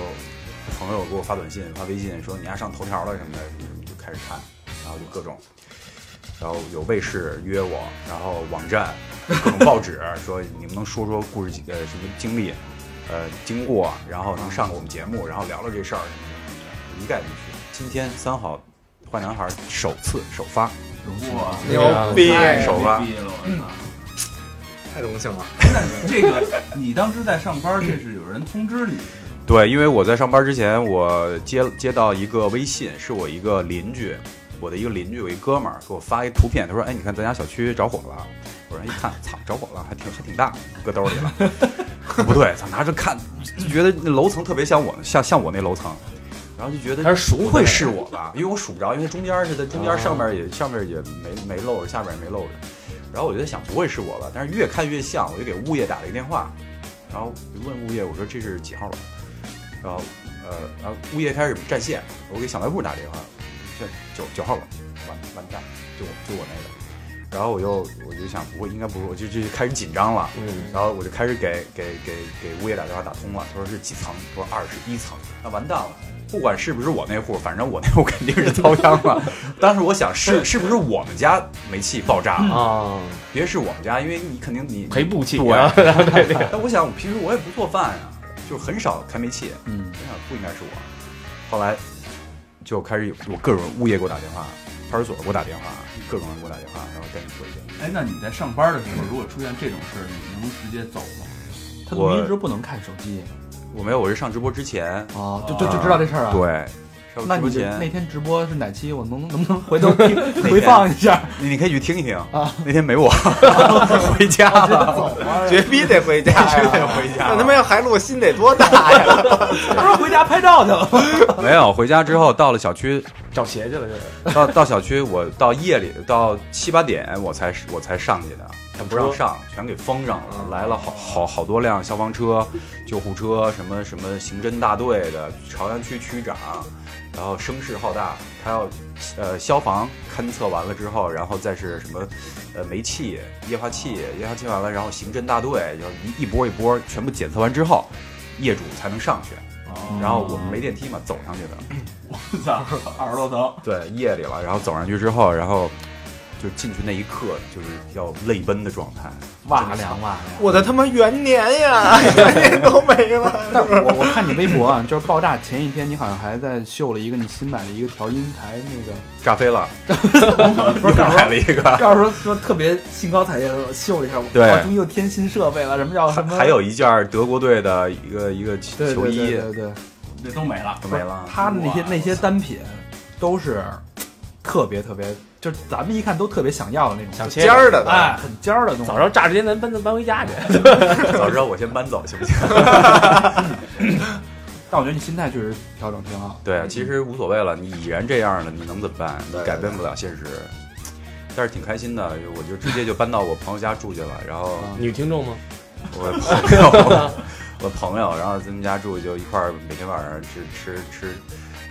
Speaker 2: 朋友给我发短信、发微信说你还上头条了什么的，就开始看，然后就各种，然后有卫视约我，然后网站、各种报纸说你们能说说故事呃什么经历、呃经过，然后能上我们节目，然后聊聊这事儿什么什么的，一概不去。今天三好坏男孩首次首发，
Speaker 7: 哇，
Speaker 5: 牛逼！
Speaker 2: 太手吧
Speaker 7: 逼了！我操！
Speaker 5: 太荣幸了。
Speaker 7: 那 这个你当时在上班，这是有人通知你，
Speaker 2: 对，因为我在上班之前，我接接到一个微信，是我一个邻居，我的一个邻居，有一哥们儿给我发一图片，他说：“哎，你看咱家小区着火了。”我说：“一看，操，着火了，还挺还挺大，搁兜里了。 我说”不对，操，拿着看就觉得那楼层特别像我，像像我那楼层，然后就觉得
Speaker 6: 他是熟
Speaker 2: 不会是我吧？因为我数不着，因为中间是在中间上面也上面也没没露着，下面也没露着。然后我就在想，不会是我吧？但是越看越像，我就给物业打了一电话，然后就问物业，我说这是几号楼？然后呃，然后物业开始占线，我给小卖部打电话，这九九号楼，完完蛋，就我就我那个。然后我又我就想，不会应该不是，我就就开始紧张了。
Speaker 6: 嗯，
Speaker 2: 然后我就开始给给给给物业打电话打通了，他说是几层，我说二十一层，那完蛋了。不管是不是我那户，反正我那户肯定是遭殃 了。当时我想是是不是我们家煤气爆炸了？
Speaker 6: 啊，
Speaker 2: 别是我们家，因为你肯定你
Speaker 6: 赔不起
Speaker 2: 对
Speaker 6: 啊，
Speaker 2: 但我想，我平时我也不做饭呀、就是很少开煤气。
Speaker 8: 嗯
Speaker 2: 我想不应该是我。后来就开始有我各种物业给我打电话，派出所给我打电话，各种人给我打电话，然后赶紧回去。
Speaker 7: 哎，那你在上班的时候，如果出现这种事儿，你能直接走吗？
Speaker 8: 他怎么一直不能看手机
Speaker 2: 我没有，我是上直播之前，
Speaker 8: 啊？就就就知道这事儿啊？。
Speaker 2: 对，上
Speaker 8: 那
Speaker 2: 直播
Speaker 8: 你就
Speaker 2: 前
Speaker 8: 那天直播是哪期？我能能不能回头听 回放一下？
Speaker 2: 你你可以去听一听啊。那天没 我，回家了，
Speaker 5: 绝逼得回家
Speaker 2: 必须得
Speaker 5: 呀！
Speaker 2: 回家
Speaker 5: 那他
Speaker 2: 了。
Speaker 5: 妈要还录，心得多大呀！
Speaker 8: 不是回家拍照去了？
Speaker 2: 没有，回家之后到了小区，
Speaker 6: 找鞋去了就是。
Speaker 2: 到到小区，我到夜里到七八点我才我才上去的，他不让上，全给封上了。来了好好好多辆消防车、救护车，什么什么刑侦大队的朝阳区区长，然后声势浩大。他要呃消防勘测完了之后，然后再是什么呃煤气、液化气、液化气完了，然后刑侦大队，然后一一波一波全部检测完之后，业主才能上去。然后我们没电梯嘛，走上去的。
Speaker 7: 操，二十多层，
Speaker 2: 对，夜里了，然后走上去之后，然后就进去那一刻，就是要泪奔的状态。
Speaker 6: 哇凉哇凉，
Speaker 5: 我的他妈元年呀， 元年都没了。
Speaker 3: 但我我看你微博啊，就是爆炸前一天，你好像还在秀了一个你新买的一个调音台，那
Speaker 2: 炸飞了，
Speaker 3: 个不是
Speaker 2: 买了一个，
Speaker 3: 要是说说特别兴高采烈的秀了一下，我
Speaker 2: 对
Speaker 3: 哇终于又添新设备了，什么叫什
Speaker 2: 还
Speaker 3: 么，
Speaker 2: 还有一件德国队的一个一个
Speaker 3: 对
Speaker 2: 球
Speaker 3: 对
Speaker 2: 衣
Speaker 3: 对对对，
Speaker 7: 这都没了。
Speaker 2: 都没了。
Speaker 3: 他的那些那些单品都是特别特别，就是咱们一看都特别想要的那种，
Speaker 6: 想切
Speaker 5: 尖儿的都，
Speaker 3: 哎，很尖儿的东西
Speaker 6: 早。知道炸之前咱搬咱搬回家去。
Speaker 2: 早知道我先搬走行不行？
Speaker 3: 但我觉得你心态确实调整挺好。
Speaker 2: 对，其实无所谓了，你已然这样了，你能怎么办？你
Speaker 5: 对
Speaker 2: 改变不了现实，但是挺开心的，我就直接就搬到我朋友家住去了。然后
Speaker 6: 女听众吗？
Speaker 2: 我朋友， 我朋友，然后在他们家住就一块儿，每天晚上吃吃吃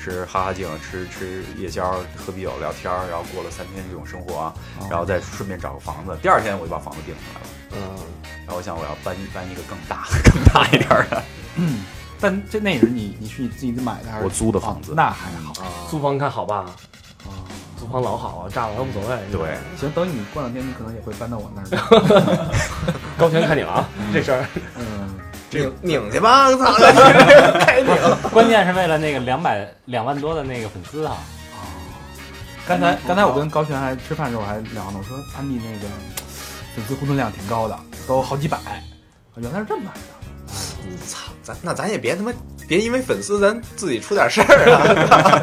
Speaker 2: 吃哈哈镜，吃吃夜宵，喝啤酒，聊天儿，然后过了三天这种生活啊，然后再顺便找个房子。第二天我就把房子定下来了，
Speaker 6: 嗯，
Speaker 2: 然后我想我要搬搬一个更大更大一点儿的，
Speaker 3: 但这那也是你你是你自己买的还是
Speaker 2: 我租的房子
Speaker 3: 哦那还好。
Speaker 6: 租房看好吧？租房老好啊，炸完无所谓。
Speaker 2: 对，
Speaker 3: 行，等你过两天，你可能也会搬到我那儿。
Speaker 6: 高璇看你了 啊，这事儿
Speaker 3: 嗯，
Speaker 5: 拧拧去吧，操！开拧。
Speaker 4: 关键是为了那个两百两万多的那个粉丝啊，
Speaker 3: 刚才刚才我跟高璇还吃饭的时候我还聊呢，我说安迪那个粉丝互动量挺高的，都好几百。我原来是这么来的，
Speaker 5: 操，咱那咱也别他妈别因为粉丝咱自己出点事儿啊！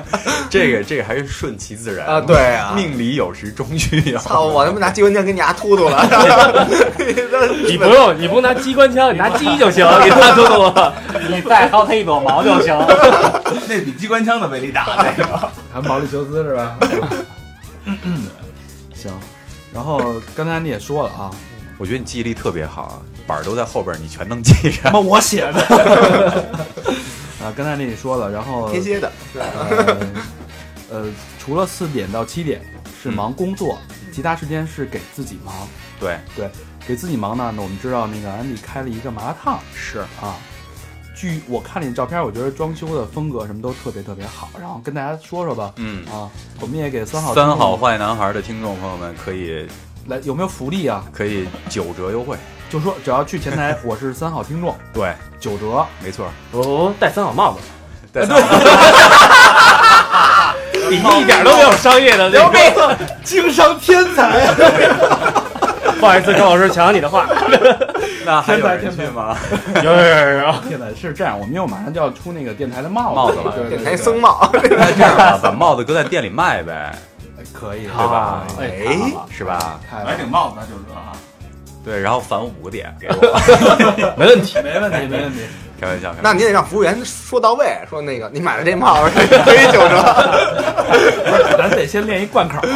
Speaker 2: 这个这个还是顺其自然
Speaker 5: 啊，对啊，
Speaker 2: 命啊里有时终须 有。
Speaker 5: 操，我他妈拿机关枪给你牙突突了！
Speaker 6: 你不用，你不用拿机关枪，你拿鸡 就行，给他嘟嘟了。
Speaker 4: 你再薅他一朵毛就 行。
Speaker 7: 那比机关枪的威力 大，那个。
Speaker 3: 还毛里求斯是吧？ 行，然后刚才安迪也说了啊，
Speaker 2: 我觉得你记忆力特别好啊，板儿都在后边儿，你全能记着。
Speaker 3: 妈我写的。啊，刚才安迪也说了，然后
Speaker 5: 天蝎的，
Speaker 3: 呃，呃，除了四点到七点
Speaker 2: 嗯
Speaker 3: 是忙工作，其他时间是给自己忙。
Speaker 2: 对，
Speaker 3: 对，给自己忙呢，那我们知道那个安迪开了一个麻辣烫
Speaker 2: 是
Speaker 3: 啊。据我看你的照片，我觉得装修的风格什么都特别特别好。然后跟大家说说吧，
Speaker 2: 嗯。
Speaker 3: 啊，我们也给三好
Speaker 2: 三
Speaker 3: 听
Speaker 2: 好哦
Speaker 3: 众
Speaker 2: 坏男孩的听众朋友们可以
Speaker 3: 来有没有福利啊？
Speaker 2: 可以九折优惠，
Speaker 3: 就说只要去前 台，我是三好听众，
Speaker 2: 对，
Speaker 3: 九折。
Speaker 2: 没错。
Speaker 6: 我我戴三好帽子，
Speaker 2: 对，
Speaker 6: 你一点都没有商业 的那个。
Speaker 3: 经商天 才，
Speaker 6: 不好意思，高老师抢了你的 话。
Speaker 2: 那还有
Speaker 3: 天才
Speaker 2: 人
Speaker 3: 天才
Speaker 2: 去吗？
Speaker 6: 有有有有有，
Speaker 3: 天才是这样，我们又马上就要出那个电台的帽
Speaker 2: 帽
Speaker 3: 子
Speaker 2: 子了
Speaker 3: 对对
Speaker 5: 电台
Speaker 3: 对
Speaker 5: 僧帽，
Speaker 2: 那这样吧，把帽子搁在店里卖呗，
Speaker 3: 可以对
Speaker 2: 对？吧？
Speaker 6: 啊
Speaker 4: 哎，
Speaker 2: 是吧？
Speaker 3: 太
Speaker 7: 买顶帽子那就折啊。
Speaker 2: 对，然后返五个点 给我，
Speaker 6: 没问题。
Speaker 3: 没问题，没问题。
Speaker 2: 开玩笑，开玩笑
Speaker 5: 那你得让服务员说到位，说那个你买了这帽子可以九折。
Speaker 3: 咱得先练一贯 口儿。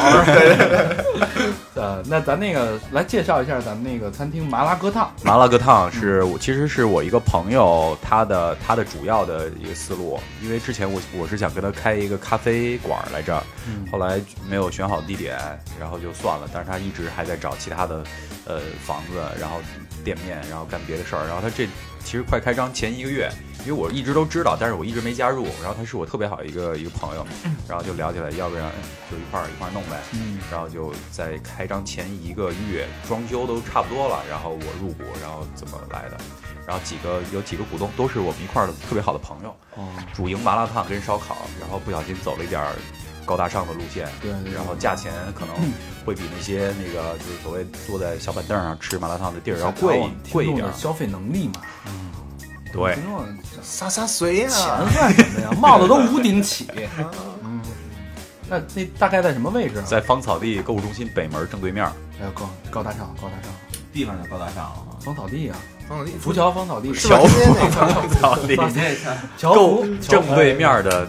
Speaker 3: 呃，那咱那个来介绍一下咱们那个餐厅麻辣疙烫。
Speaker 2: 麻辣疙烫是我其实是我一个朋友他的他的主要的一个思路，因为之前我我是想跟他开一个咖啡馆儿来着，后来没有选好地点，然后就算了。但是他一直还在找其他的呃房子，然后店面，然后干别的事儿。然后他这其实快开张前一个月，因为我一直都知道，但是我一直没加入。然后他是我特别好一个一个朋友，然后就聊起来，要不然就一块儿一块儿弄呗。
Speaker 3: 嗯，
Speaker 2: 然后就在开张前一个月，装修都差不多了，然后我入股，然后怎么来的，然后几个有几个股东都是我们一块儿的特别好的朋友，
Speaker 3: 哦，
Speaker 2: 主营麻辣烫跟烧烤，然后不小心走了一点儿高大上的路线，
Speaker 3: 对对对
Speaker 2: 然后价钱可能会比那些那个就是所谓坐在小板凳上吃麻辣烫的地儿要贵贵哦一点儿，
Speaker 3: 消费能力嘛。
Speaker 2: 对
Speaker 3: 听。众
Speaker 5: 洒洒水呀，
Speaker 3: 钱算什 么呀？帽子都五顶起。嗯，那那大概在什么位置啊？
Speaker 2: 在芳草地购物中心北门正对面儿，
Speaker 3: 哎呦，高高大上，高大上，
Speaker 7: 地方就高大上了。
Speaker 3: 芳草地啊，
Speaker 5: 福
Speaker 3: 浮桥芳草地，
Speaker 5: 是吧？今天那 个
Speaker 2: 芳草 地
Speaker 3: 芳
Speaker 7: 这
Speaker 3: 桥
Speaker 2: 购
Speaker 3: 福
Speaker 2: 正对面儿的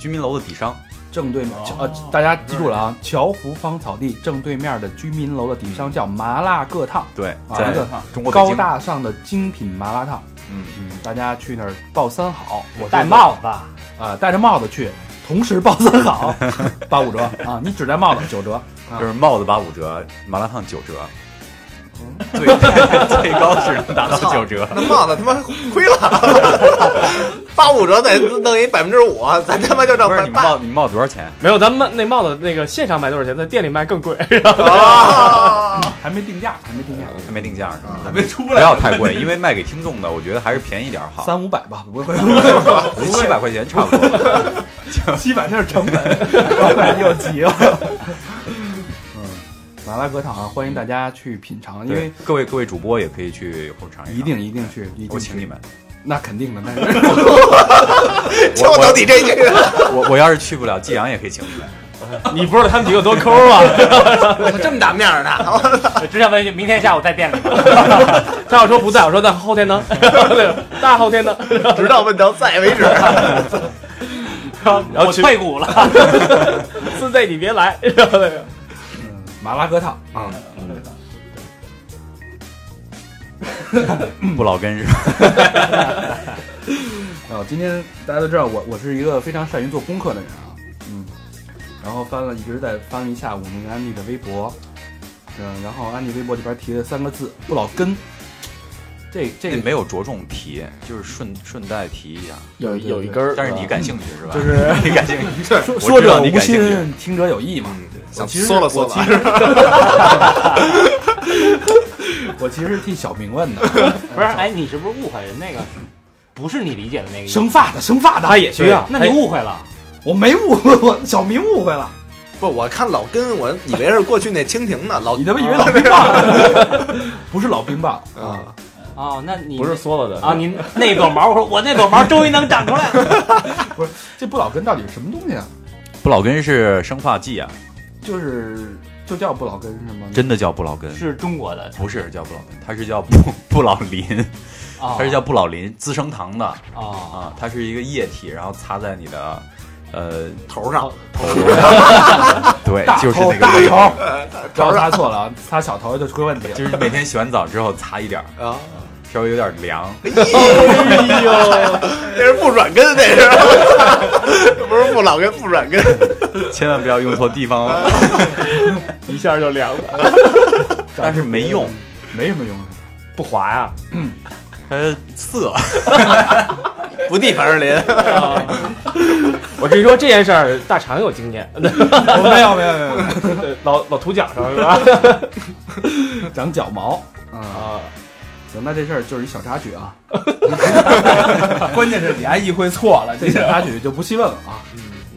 Speaker 2: 居民楼的底商，
Speaker 3: 正对面，
Speaker 7: 哦
Speaker 3: 呃，大家记住了啊，侨湖芳草地正对面的居民楼的底商叫麻辣疙烫，
Speaker 2: 对，
Speaker 3: 啊
Speaker 2: 在
Speaker 3: 那个
Speaker 2: 中国北
Speaker 3: 高
Speaker 2: 京
Speaker 3: 大上的精品麻辣烫。
Speaker 2: 嗯
Speaker 3: 嗯，大家去那儿报三好，我
Speaker 4: 戴帽子，
Speaker 3: 啊、戴着帽子去，同时报三好， 八五折啊！你只戴帽子九折，
Speaker 2: 就是帽子八五折，麻辣烫九折，
Speaker 3: 嗯
Speaker 2: 最最高只能达到九折。
Speaker 5: 那帽子他妈亏了，八五折得弄一百分之五，咱他妈就挣
Speaker 2: 不是
Speaker 5: 八
Speaker 2: 你们帽你们帽子多少钱？
Speaker 6: 没有，咱们那帽子那个线上卖多少钱，在店里卖更贵。
Speaker 5: 啊！
Speaker 3: 还没定价，还没定价，
Speaker 2: 还没定价是吧？
Speaker 3: 啊
Speaker 9: 还没出
Speaker 2: 不
Speaker 9: 来，
Speaker 2: 要太贵，因为卖给听众的，我觉得还是便宜点儿好。
Speaker 3: 三五百吧，不会，
Speaker 2: 七百块钱差不多。
Speaker 3: 七百那是成本，老板 又急了。嗯，麻辣格堂啊，欢迎大家去品尝，因
Speaker 2: 对
Speaker 3: 为
Speaker 2: 各位各位主播也可以去后尝尝
Speaker 3: 一定一定去，一定
Speaker 2: 我
Speaker 3: 去
Speaker 2: 请你，们。
Speaker 3: 那肯定的，但是
Speaker 5: 就等你这句，
Speaker 2: 我我要是去不了，季阳也可以请你们。
Speaker 6: 你不知道他们几个有多抠 啊！
Speaker 5: 我这么大面儿呢，
Speaker 4: 只想问一句，明天下午在店里吗？
Speaker 6: 他要说不在，我说那后天呢？ 对大后天呢？
Speaker 5: 直到问到在为止。
Speaker 6: 然后
Speaker 4: 我
Speaker 6: 去
Speaker 4: 退股了。
Speaker 6: 自在你别来。
Speaker 3: 麻辣格堂啊，
Speaker 2: 嗯 不老根是 吧？
Speaker 3: 啊，今天大家都知道我我是一个非常善于做功课的人啊，嗯，然后翻了一直在翻了一下午那个安利的微博，嗯，然后安利微博里边提了三个字不老根，这这
Speaker 2: 这
Speaker 3: 个
Speaker 2: 没有着重提，就是顺顺带提一下。
Speaker 6: 有有一根儿，
Speaker 2: 但是你感兴趣是吧？
Speaker 3: 啊就是
Speaker 2: 你感兴趣，
Speaker 3: 说
Speaker 2: 我
Speaker 3: 说
Speaker 2: 知道
Speaker 3: 者
Speaker 2: 你
Speaker 3: 无
Speaker 2: 感兴趣
Speaker 3: 心，听者有意嘛。
Speaker 6: 嗯
Speaker 5: 想
Speaker 3: 其实
Speaker 5: 缩了缩了，
Speaker 3: 我其实替小明问的，
Speaker 4: 不是，哎，你是不是误会人那个？不是你理解的那个意思
Speaker 3: 生。发的生发的
Speaker 6: 他也需要。
Speaker 4: 那你误会了，
Speaker 6: 哎
Speaker 3: 我没误会，我小明误会了，
Speaker 5: 不，我看老根，我以为是过去那蜻蜓呢，老
Speaker 3: 你他妈以为老冰棒？啊 不是老冰棒啊，
Speaker 5: 啊，
Speaker 4: 哦，那你
Speaker 6: 不是缩了的
Speaker 4: 啊，你那朵毛，我说我那朵毛终于能长出来 了。
Speaker 3: 这不老根到底是什么东西啊？
Speaker 2: 不老根是生发剂啊，
Speaker 3: 就是就叫不老根是吗？
Speaker 2: 真的叫不老根。
Speaker 4: 是中国的，
Speaker 2: 不是叫不老根，它是叫不 不老林，
Speaker 4: 啊，
Speaker 2: 它是叫不老林，资生堂的
Speaker 4: 啊，
Speaker 2: 啊，它是一个液体，然后擦在你的呃
Speaker 5: 头上
Speaker 2: 头上，对，
Speaker 3: 大
Speaker 2: 就是
Speaker 3: 头
Speaker 2: 那个
Speaker 3: 大
Speaker 2: 味 道，
Speaker 3: 头，不要擦错了啊，擦小头就出问题了。
Speaker 2: 就是每天洗完澡之后擦一点儿，
Speaker 5: 啊，
Speaker 2: 稍微有点凉，
Speaker 5: 哎呦，那是不软根，那 是，不是不老根，不软根，
Speaker 2: 千万不要用错地方哦。
Speaker 6: 一下就凉了，
Speaker 2: 但是没用，
Speaker 3: 没什么用，
Speaker 6: 不滑呀、
Speaker 2: 它涩。
Speaker 5: 不地凡士林，
Speaker 6: 我跟你说这件事儿，大肠有经 验，
Speaker 3: 我没有没有没有没
Speaker 6: 老老涂脚上是吧？
Speaker 3: 有， 长脚毛啊。
Speaker 6: 啊，
Speaker 3: 行，那这事儿就是一小插曲啊，
Speaker 7: 关键是你还意会错了，
Speaker 3: 这
Speaker 7: 这
Speaker 3: 小
Speaker 7: 个
Speaker 3: 插曲就不细问了啊。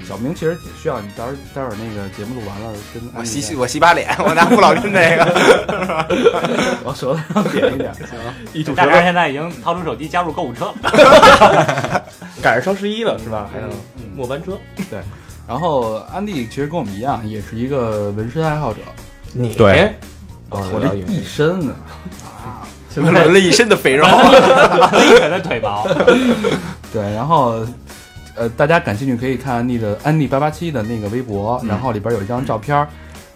Speaker 3: 小明其实挺需要你，到时候待会儿那个节目录完了跟
Speaker 5: 我
Speaker 3: 安
Speaker 5: 洗
Speaker 3: 利
Speaker 5: 洗，我洗把脸， 我拿不老根这 个，
Speaker 3: 往舌头上点一点。
Speaker 6: 一吐舌
Speaker 4: 大
Speaker 6: 头
Speaker 4: 家现在已经掏出手机加入购物车了。
Speaker 6: 赶上双十一了是吧？还能末班车，
Speaker 3: 然后安迪其实跟我们一样，也是一个纹身爱好者，
Speaker 6: 你对，
Speaker 2: 哦
Speaker 3: 我这一身啊，
Speaker 5: 纹了一身的肥肉，
Speaker 4: 一腿的腿毛，
Speaker 3: 对，然后呃，大家感兴趣可以看安迪的安迪八八七的那个微博，
Speaker 2: 嗯
Speaker 3: 然后里边有一张照片儿，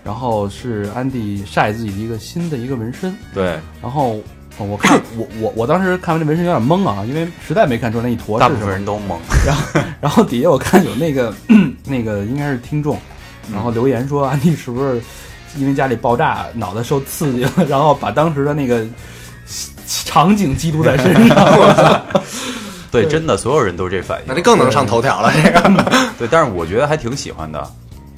Speaker 3: 然后是安迪晒自己的一个新的一个纹身，
Speaker 2: 对，
Speaker 3: 然后。呃我看我我我当时看完这纹身有点懵啊，因为实在没看出来那一坨
Speaker 2: 大
Speaker 3: 是
Speaker 2: 部
Speaker 3: 什
Speaker 2: 分
Speaker 3: 么。
Speaker 2: 人都懵。
Speaker 3: 然后底下我看有那个 那个应该是听众，然后
Speaker 2: 嗯
Speaker 3: 留言说安迪是不是因为家里爆炸脑袋受刺激了，然后把当时的那个场景记录在身上。
Speaker 2: 对，真的，所有人都这反
Speaker 5: 那这
Speaker 2: 应。
Speaker 5: 更能上头条了，这个
Speaker 2: 对，但是我觉得还挺喜欢的，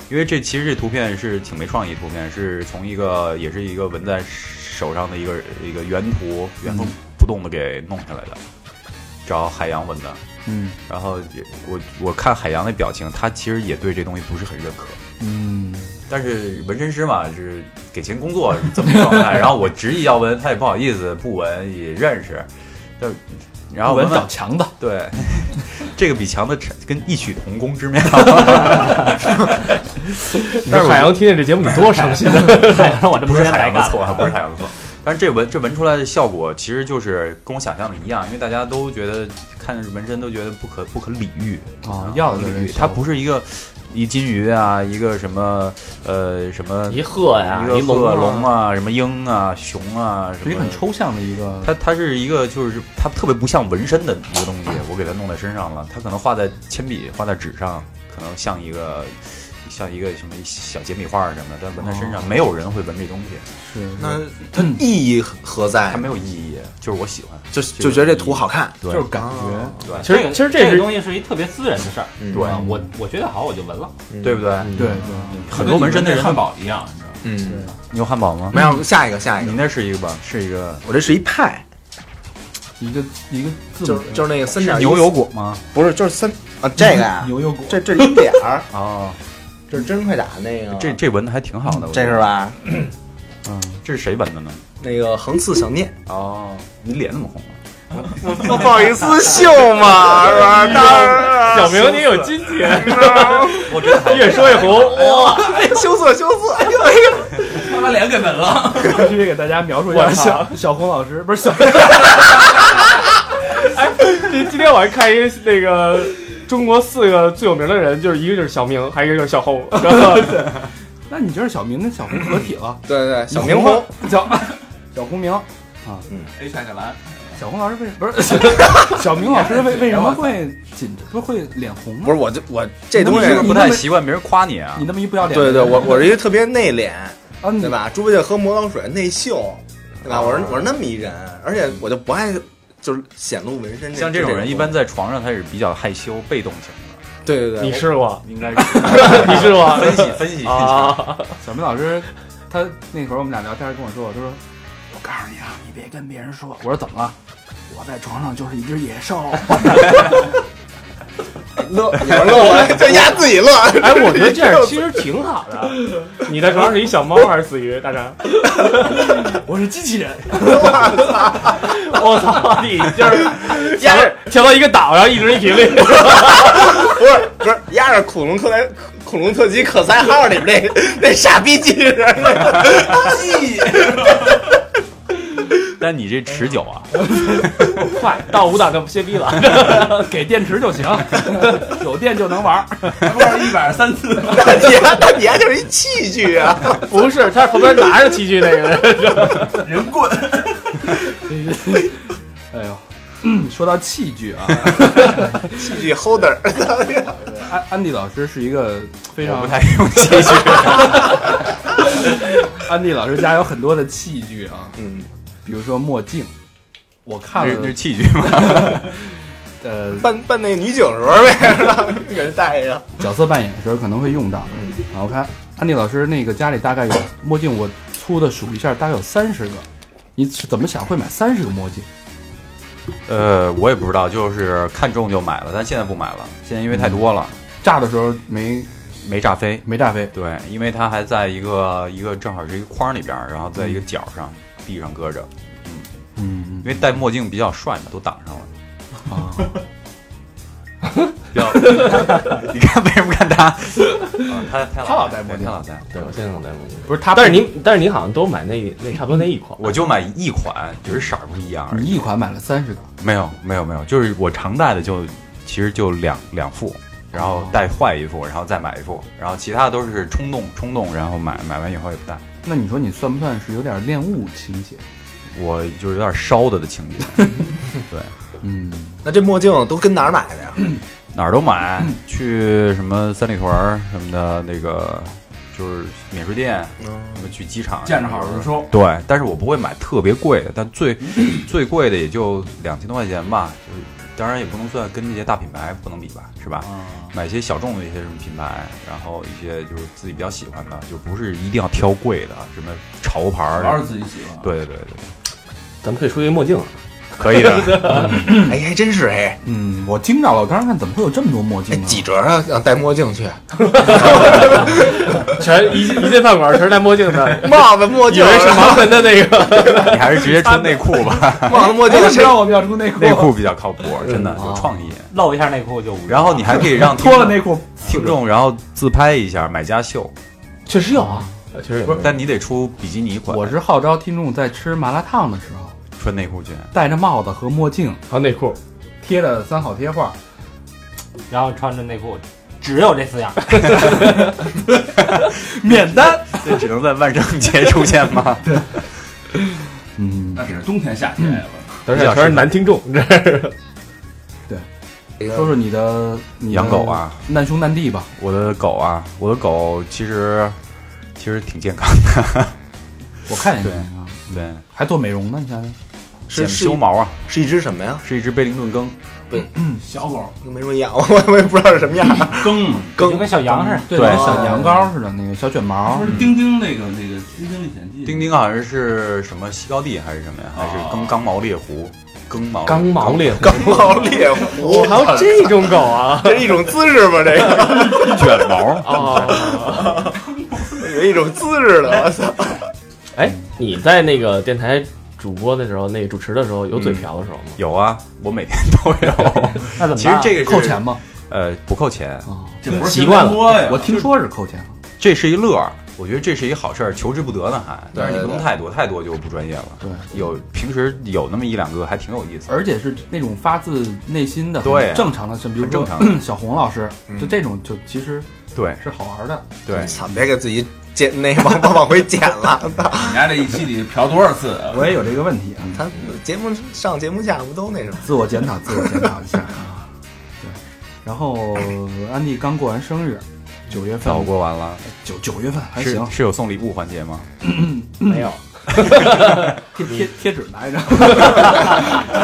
Speaker 2: 因为这其实这图片是挺没创意，图片是从一个也是一个纹在手上的一个一个原图原封不动的给弄下来的，找海洋纹的。
Speaker 3: 嗯
Speaker 2: 然后也我我看海洋那表情，他其实也对这东西不是很认可。
Speaker 3: 嗯，
Speaker 2: 但是纹身师嘛，是给钱工作这么一状态。然后我执意要纹，他也不好意思，不纹也认识。就然后
Speaker 3: 我
Speaker 2: 纹
Speaker 3: 找
Speaker 2: 纹
Speaker 3: 强子，
Speaker 2: 对， 这个比强的跟异曲同工之妙。
Speaker 6: 你说海洋听见这节目你多伤心 啊！
Speaker 4: 我这
Speaker 2: 不是
Speaker 4: 是
Speaker 2: 海
Speaker 4: 白
Speaker 2: 洋的
Speaker 4: 干
Speaker 2: 错
Speaker 4: 了。
Speaker 2: 啊，不是海洋的错。但是这纹这纹出来的效果，其实就是跟我想象的一样，因为大家都觉得看纹身都觉得不可不可理喻啊
Speaker 3: 哦要的
Speaker 2: 不可
Speaker 3: 人
Speaker 2: 理喻
Speaker 3: 是
Speaker 2: 它不是一个一金鱼啊，一个什么呃什么
Speaker 6: 一鹤呀，
Speaker 2: 一个
Speaker 6: 龙
Speaker 2: 鹤
Speaker 6: 啊
Speaker 2: 龙啊，什么鹰啊、熊啊，什
Speaker 3: 是一
Speaker 2: 么
Speaker 3: 个很抽象的一个。
Speaker 2: 它它是一个就是它特别不像纹身的一个东西，我给它弄在身上了，它可能画在铅笔、画在纸上，可能像一个像一个什么小解米花什么的，但纹在身上，没有人会纹这东西，
Speaker 5: 那嗯它意义何在
Speaker 2: 它？没有意义，就是我喜欢，
Speaker 5: 就
Speaker 2: 这
Speaker 5: 就
Speaker 2: 个
Speaker 5: 觉得这图好看，
Speaker 2: 对
Speaker 3: 就是感
Speaker 5: 啊
Speaker 3: 觉，
Speaker 2: 对
Speaker 6: 其实其实这
Speaker 4: 个
Speaker 6: 是
Speaker 4: 东西是一特别私人的事儿，
Speaker 5: 嗯
Speaker 4: 啊我我觉得好我就纹了，
Speaker 2: 对不对？
Speaker 3: 对对，
Speaker 2: 很多纹身的人，
Speaker 10: 汉堡一样，你知道吗？
Speaker 5: 嗯，
Speaker 2: 你有汉堡吗？
Speaker 5: 没有下一个下一
Speaker 2: 你
Speaker 5: 个，
Speaker 2: 那是一个吧？是一个
Speaker 5: 我这是一派，
Speaker 3: 一个一个字
Speaker 5: 就
Speaker 3: 母
Speaker 5: 是就是那个三点一
Speaker 2: 牛油果吗？
Speaker 5: 不是就是三啊这个呀，
Speaker 3: 牛油果，
Speaker 5: 这这一点儿，
Speaker 2: 哦，
Speaker 5: 这是真人快打那个，
Speaker 2: 这这纹的还挺好的，我觉
Speaker 5: 这
Speaker 2: 得
Speaker 5: 是？吧？
Speaker 2: 嗯，这是谁纹的呢？
Speaker 5: 那个横刺想 念，
Speaker 2: 哦，你脸怎么红了？
Speaker 5: 哦不好意思秀嘛，是吧？当啊
Speaker 6: 小明你有金 钱，
Speaker 5: 然，
Speaker 4: 我真的还
Speaker 6: 越说越红，哇！
Speaker 5: 羞涩羞涩，哎呦哎呦，
Speaker 10: 他把脸给纹了，
Speaker 3: 必须得给大家描述一下
Speaker 6: 我操
Speaker 3: 小小红老师，不是小
Speaker 6: 这今天我还看一个那个中国四个最有名的人，就是一个就是小明，还有一个就是小 红，然后
Speaker 3: 那你觉得小明跟小红合体了？
Speaker 5: 对对，小明
Speaker 3: 明
Speaker 5: 红，
Speaker 3: 小小红明，啊
Speaker 10: 哎，夏夏兰，
Speaker 3: 小红老师为什么不是 小明老师为为什么会紧不是会脸红吗？
Speaker 5: 不是我这我这东西
Speaker 2: 是，不是不太习惯别人夸你啊
Speaker 3: 你？那么一不要脸的人，
Speaker 5: 对对，我我是一个特别内敛，
Speaker 3: 啊，你
Speaker 5: 对吧？猪八戒喝魔导水内秀，对吧？我是我是那么一人，而且我就不爱就是显露纹身。
Speaker 2: 像这
Speaker 5: 这
Speaker 2: 种人，一般
Speaker 5: 在
Speaker 2: 在床上他是比较害羞、被动型的，
Speaker 5: 对对对，
Speaker 6: 你试过，
Speaker 2: 应该是
Speaker 6: 你试过
Speaker 2: 分析分析。
Speaker 6: 啊？
Speaker 3: 小明老师，他那会儿我们俩聊天跟我说，他说：“我告诉你啊，你别跟别人说。”我说：“怎么了？”我在床上就是一只野兽。
Speaker 5: 乐，你们乐我，就压自己乐。
Speaker 6: 哎，我觉得这样其实挺好的。你在床上是一小猫还是死鱼？大张，
Speaker 3: 我是机器人，
Speaker 6: 我操，你就是调调到一个岛，然后一直一频率，
Speaker 5: 不是不是，压着恐龙特莱恐龙特级可赛号里边那那傻逼机器人，
Speaker 2: 但你这持久啊，
Speaker 6: 快到五档就歇逼了。
Speaker 3: 给电池就行，有电就能玩。
Speaker 10: 不是一百十三次吗？
Speaker 5: 大底下大底下就是一器具啊！
Speaker 6: 不是，他是旁边拿着器具那个人。
Speaker 10: 人棍，
Speaker 3: 哎呦，嗯说到器具啊，
Speaker 5: 器具 holder，
Speaker 3: 安安迪老师是一个非
Speaker 2: 我
Speaker 3: 常
Speaker 2: 不太用器具。
Speaker 3: 安迪老师家有很多的器具啊，
Speaker 5: 嗯，
Speaker 3: 比如说墨镜，我看
Speaker 2: 那是那
Speaker 3: 了
Speaker 2: 是器具吗？
Speaker 3: 呃
Speaker 5: 扮扮那个女警时候呗， 给人戴上。
Speaker 3: 角色扮演的时候可能会用到。啊，我看安迪老师那个家里大概有墨镜，我粗的数一下，大概有三十个。你是怎么想会买三十个墨镜？
Speaker 2: 呃，我也不知道，就是看中就买了，但现在不买了，现在因为太多了，
Speaker 3: 炸的时候没
Speaker 2: 没炸飞。
Speaker 3: 没炸飞，
Speaker 2: 对，因为它还在一个一个正好是一个框里边儿，然后在一个角上地上搁着，
Speaker 3: 嗯
Speaker 2: 因，为戴墨镜比较帅嘛，都挡上了。
Speaker 3: 啊，
Speaker 2: 比 较，你看为什么看他？啊，他他
Speaker 3: 他老
Speaker 2: 戴
Speaker 3: 戴墨镜
Speaker 2: 他老戴。
Speaker 6: 对，我现在能戴墨镜。
Speaker 3: 不是他，
Speaker 6: 但是你，但是你好像都买那那差不多那一款。
Speaker 2: 我就买一款，只是色儿不一样而
Speaker 3: 你
Speaker 2: 已。
Speaker 3: 一款买了三十个，
Speaker 2: 嗯没有，没有，没有，就是我常戴的就其实就两两副，然后戴坏一副，然后再买一副，然后其他都是冲动冲动，然后买买完以后也不戴。
Speaker 3: 那你说你算不算是有点恋物情节？
Speaker 2: 我就是有点烧的的情节，
Speaker 3: 嗯，
Speaker 5: 那这墨镜都跟哪儿买的呀？
Speaker 2: 哪儿都买，
Speaker 10: 嗯
Speaker 2: 去什么三里屯儿什么的，那个就是免税店，
Speaker 5: 嗯
Speaker 2: 什么去机场
Speaker 10: 见着好就收。
Speaker 2: 对，但是我不会买特别贵的，但 最最贵的也就两千多块钱吧，就是当然也不能算跟那些大品牌不能比吧，是
Speaker 10: 啊
Speaker 2: 吧？买一些小众的一些什么品牌，然后一些就是自己比较喜欢的，就不是一定要挑贵的，什么潮牌
Speaker 10: 主要
Speaker 2: 儿
Speaker 10: 是，自己喜欢。，
Speaker 2: 对对对对，
Speaker 6: 咱们可以出一墨镜，
Speaker 2: 可以 的。
Speaker 5: 哎，还真是哎，
Speaker 3: 嗯，我惊着了，我当时看怎么会有这么多墨镜
Speaker 5: 哎
Speaker 3: 呢？
Speaker 5: 几折啊？让戴墨镜去，
Speaker 6: 全一进一进饭馆全是戴墨镜的，
Speaker 5: 帽子墨
Speaker 6: 以
Speaker 5: 镜，啊
Speaker 6: 为是盲文的那个。
Speaker 2: 你还是直接穿内裤吧，
Speaker 5: 帽子墨镜
Speaker 3: 哎，你知
Speaker 5: 谁
Speaker 3: 道我们要出内 裤，
Speaker 2: 内裤比较靠谱，真的有创意。
Speaker 4: 露一下内裤就五。
Speaker 2: 然后你还可以让
Speaker 3: 脱了
Speaker 2: 听
Speaker 3: 内裤，
Speaker 2: 听众，然后自拍一下买家秀，
Speaker 6: 确实有啊，确实有。
Speaker 2: 但你得出比基尼款，
Speaker 3: 我是号召听众在吃麻辣烫的时候，
Speaker 2: 穿内裤去。
Speaker 3: 戴着帽子和墨镜，
Speaker 6: 还有啊内裤，
Speaker 3: 贴着三好贴画，
Speaker 4: 然后穿着内裤，只有这四样，
Speaker 3: 免单。
Speaker 2: 这只能在万圣节出现吗？
Speaker 3: 嗯，
Speaker 2: 嗯
Speaker 10: 那只是冬天夏天了。
Speaker 6: 但是全是男听众，这
Speaker 5: 哎
Speaker 3: 说说你的你的
Speaker 2: 养狗啊，
Speaker 3: 难兄难弟吧，
Speaker 2: 我的狗啊，我的狗其实其实挺健康
Speaker 3: 我看见
Speaker 2: 对
Speaker 3: 你啊，
Speaker 2: 的，对，
Speaker 3: 还做美容呢，你想想，
Speaker 5: 是
Speaker 2: 剪
Speaker 5: 是
Speaker 2: 修毛啊，
Speaker 5: 是一只什么呀？
Speaker 2: 是一只贝灵顿耕，
Speaker 7: 小狗
Speaker 5: 没什么养， 我我也不知道是什么样。
Speaker 7: 更嘛，
Speaker 4: 就
Speaker 5: 更
Speaker 4: 跟小羊似的。
Speaker 3: 对，
Speaker 2: 对
Speaker 3: 跟小羊羔似的，那个小卷毛
Speaker 7: 不，是丁丁那个那个《丁丁历险记》
Speaker 2: 丁丁好像是什么西高地还是什么呀？还是
Speaker 7: 哦
Speaker 2: 刚刚毛猎狐，刚毛
Speaker 6: 刚毛猎狐，
Speaker 5: 刚毛猎狐，啊
Speaker 6: 还有这种狗啊？
Speaker 5: 这是一种姿势吗？这个
Speaker 2: 卷毛，
Speaker 6: 哦，
Speaker 5: 有一种姿势的，我操！
Speaker 6: 哎，你在那个电台主播的时候，那个主持的时候，有嘴瓢的时候吗？
Speaker 2: 有啊，我每天都有。
Speaker 4: 嗯那怎么
Speaker 2: 其实这
Speaker 4: 个
Speaker 2: 个是
Speaker 3: 扣钱吗？
Speaker 2: 呃，不扣钱，
Speaker 7: 这不是
Speaker 6: 习惯了
Speaker 7: 新闻播呀？
Speaker 3: 我听说是扣钱，
Speaker 2: 这是一乐儿，我觉得这是一个好事儿，求之不得呢还。但是你
Speaker 5: 对
Speaker 2: 不能
Speaker 5: 对
Speaker 2: 太多，太多就不专业了。
Speaker 3: 对，
Speaker 2: 有平时有那么一两个还挺有意思的，
Speaker 3: 而且是那种发自内心的、
Speaker 2: 对啊
Speaker 3: 很正常的，比如
Speaker 2: 很正
Speaker 3: 说
Speaker 2: 常的
Speaker 3: 小红老师，
Speaker 5: 嗯
Speaker 3: 就这种就其实
Speaker 2: 对
Speaker 3: 是好玩的，
Speaker 2: 对，
Speaker 5: 操，别给自己剪那往往往回剪了。
Speaker 7: 你家这一期里嫖多少 次啊？
Speaker 3: 我也有这个问题啊，
Speaker 5: 他节目上节目下不都那什么？
Speaker 3: 自我检讨，自我检讨一下啊。对，然后安迪刚过完生日，九月份
Speaker 2: 早，过完了，
Speaker 3: 九九月份还
Speaker 2: 是
Speaker 3: 行，
Speaker 2: 是有送礼物环节吗？
Speaker 6: 没有，
Speaker 3: 贴贴贴纸 拿一张，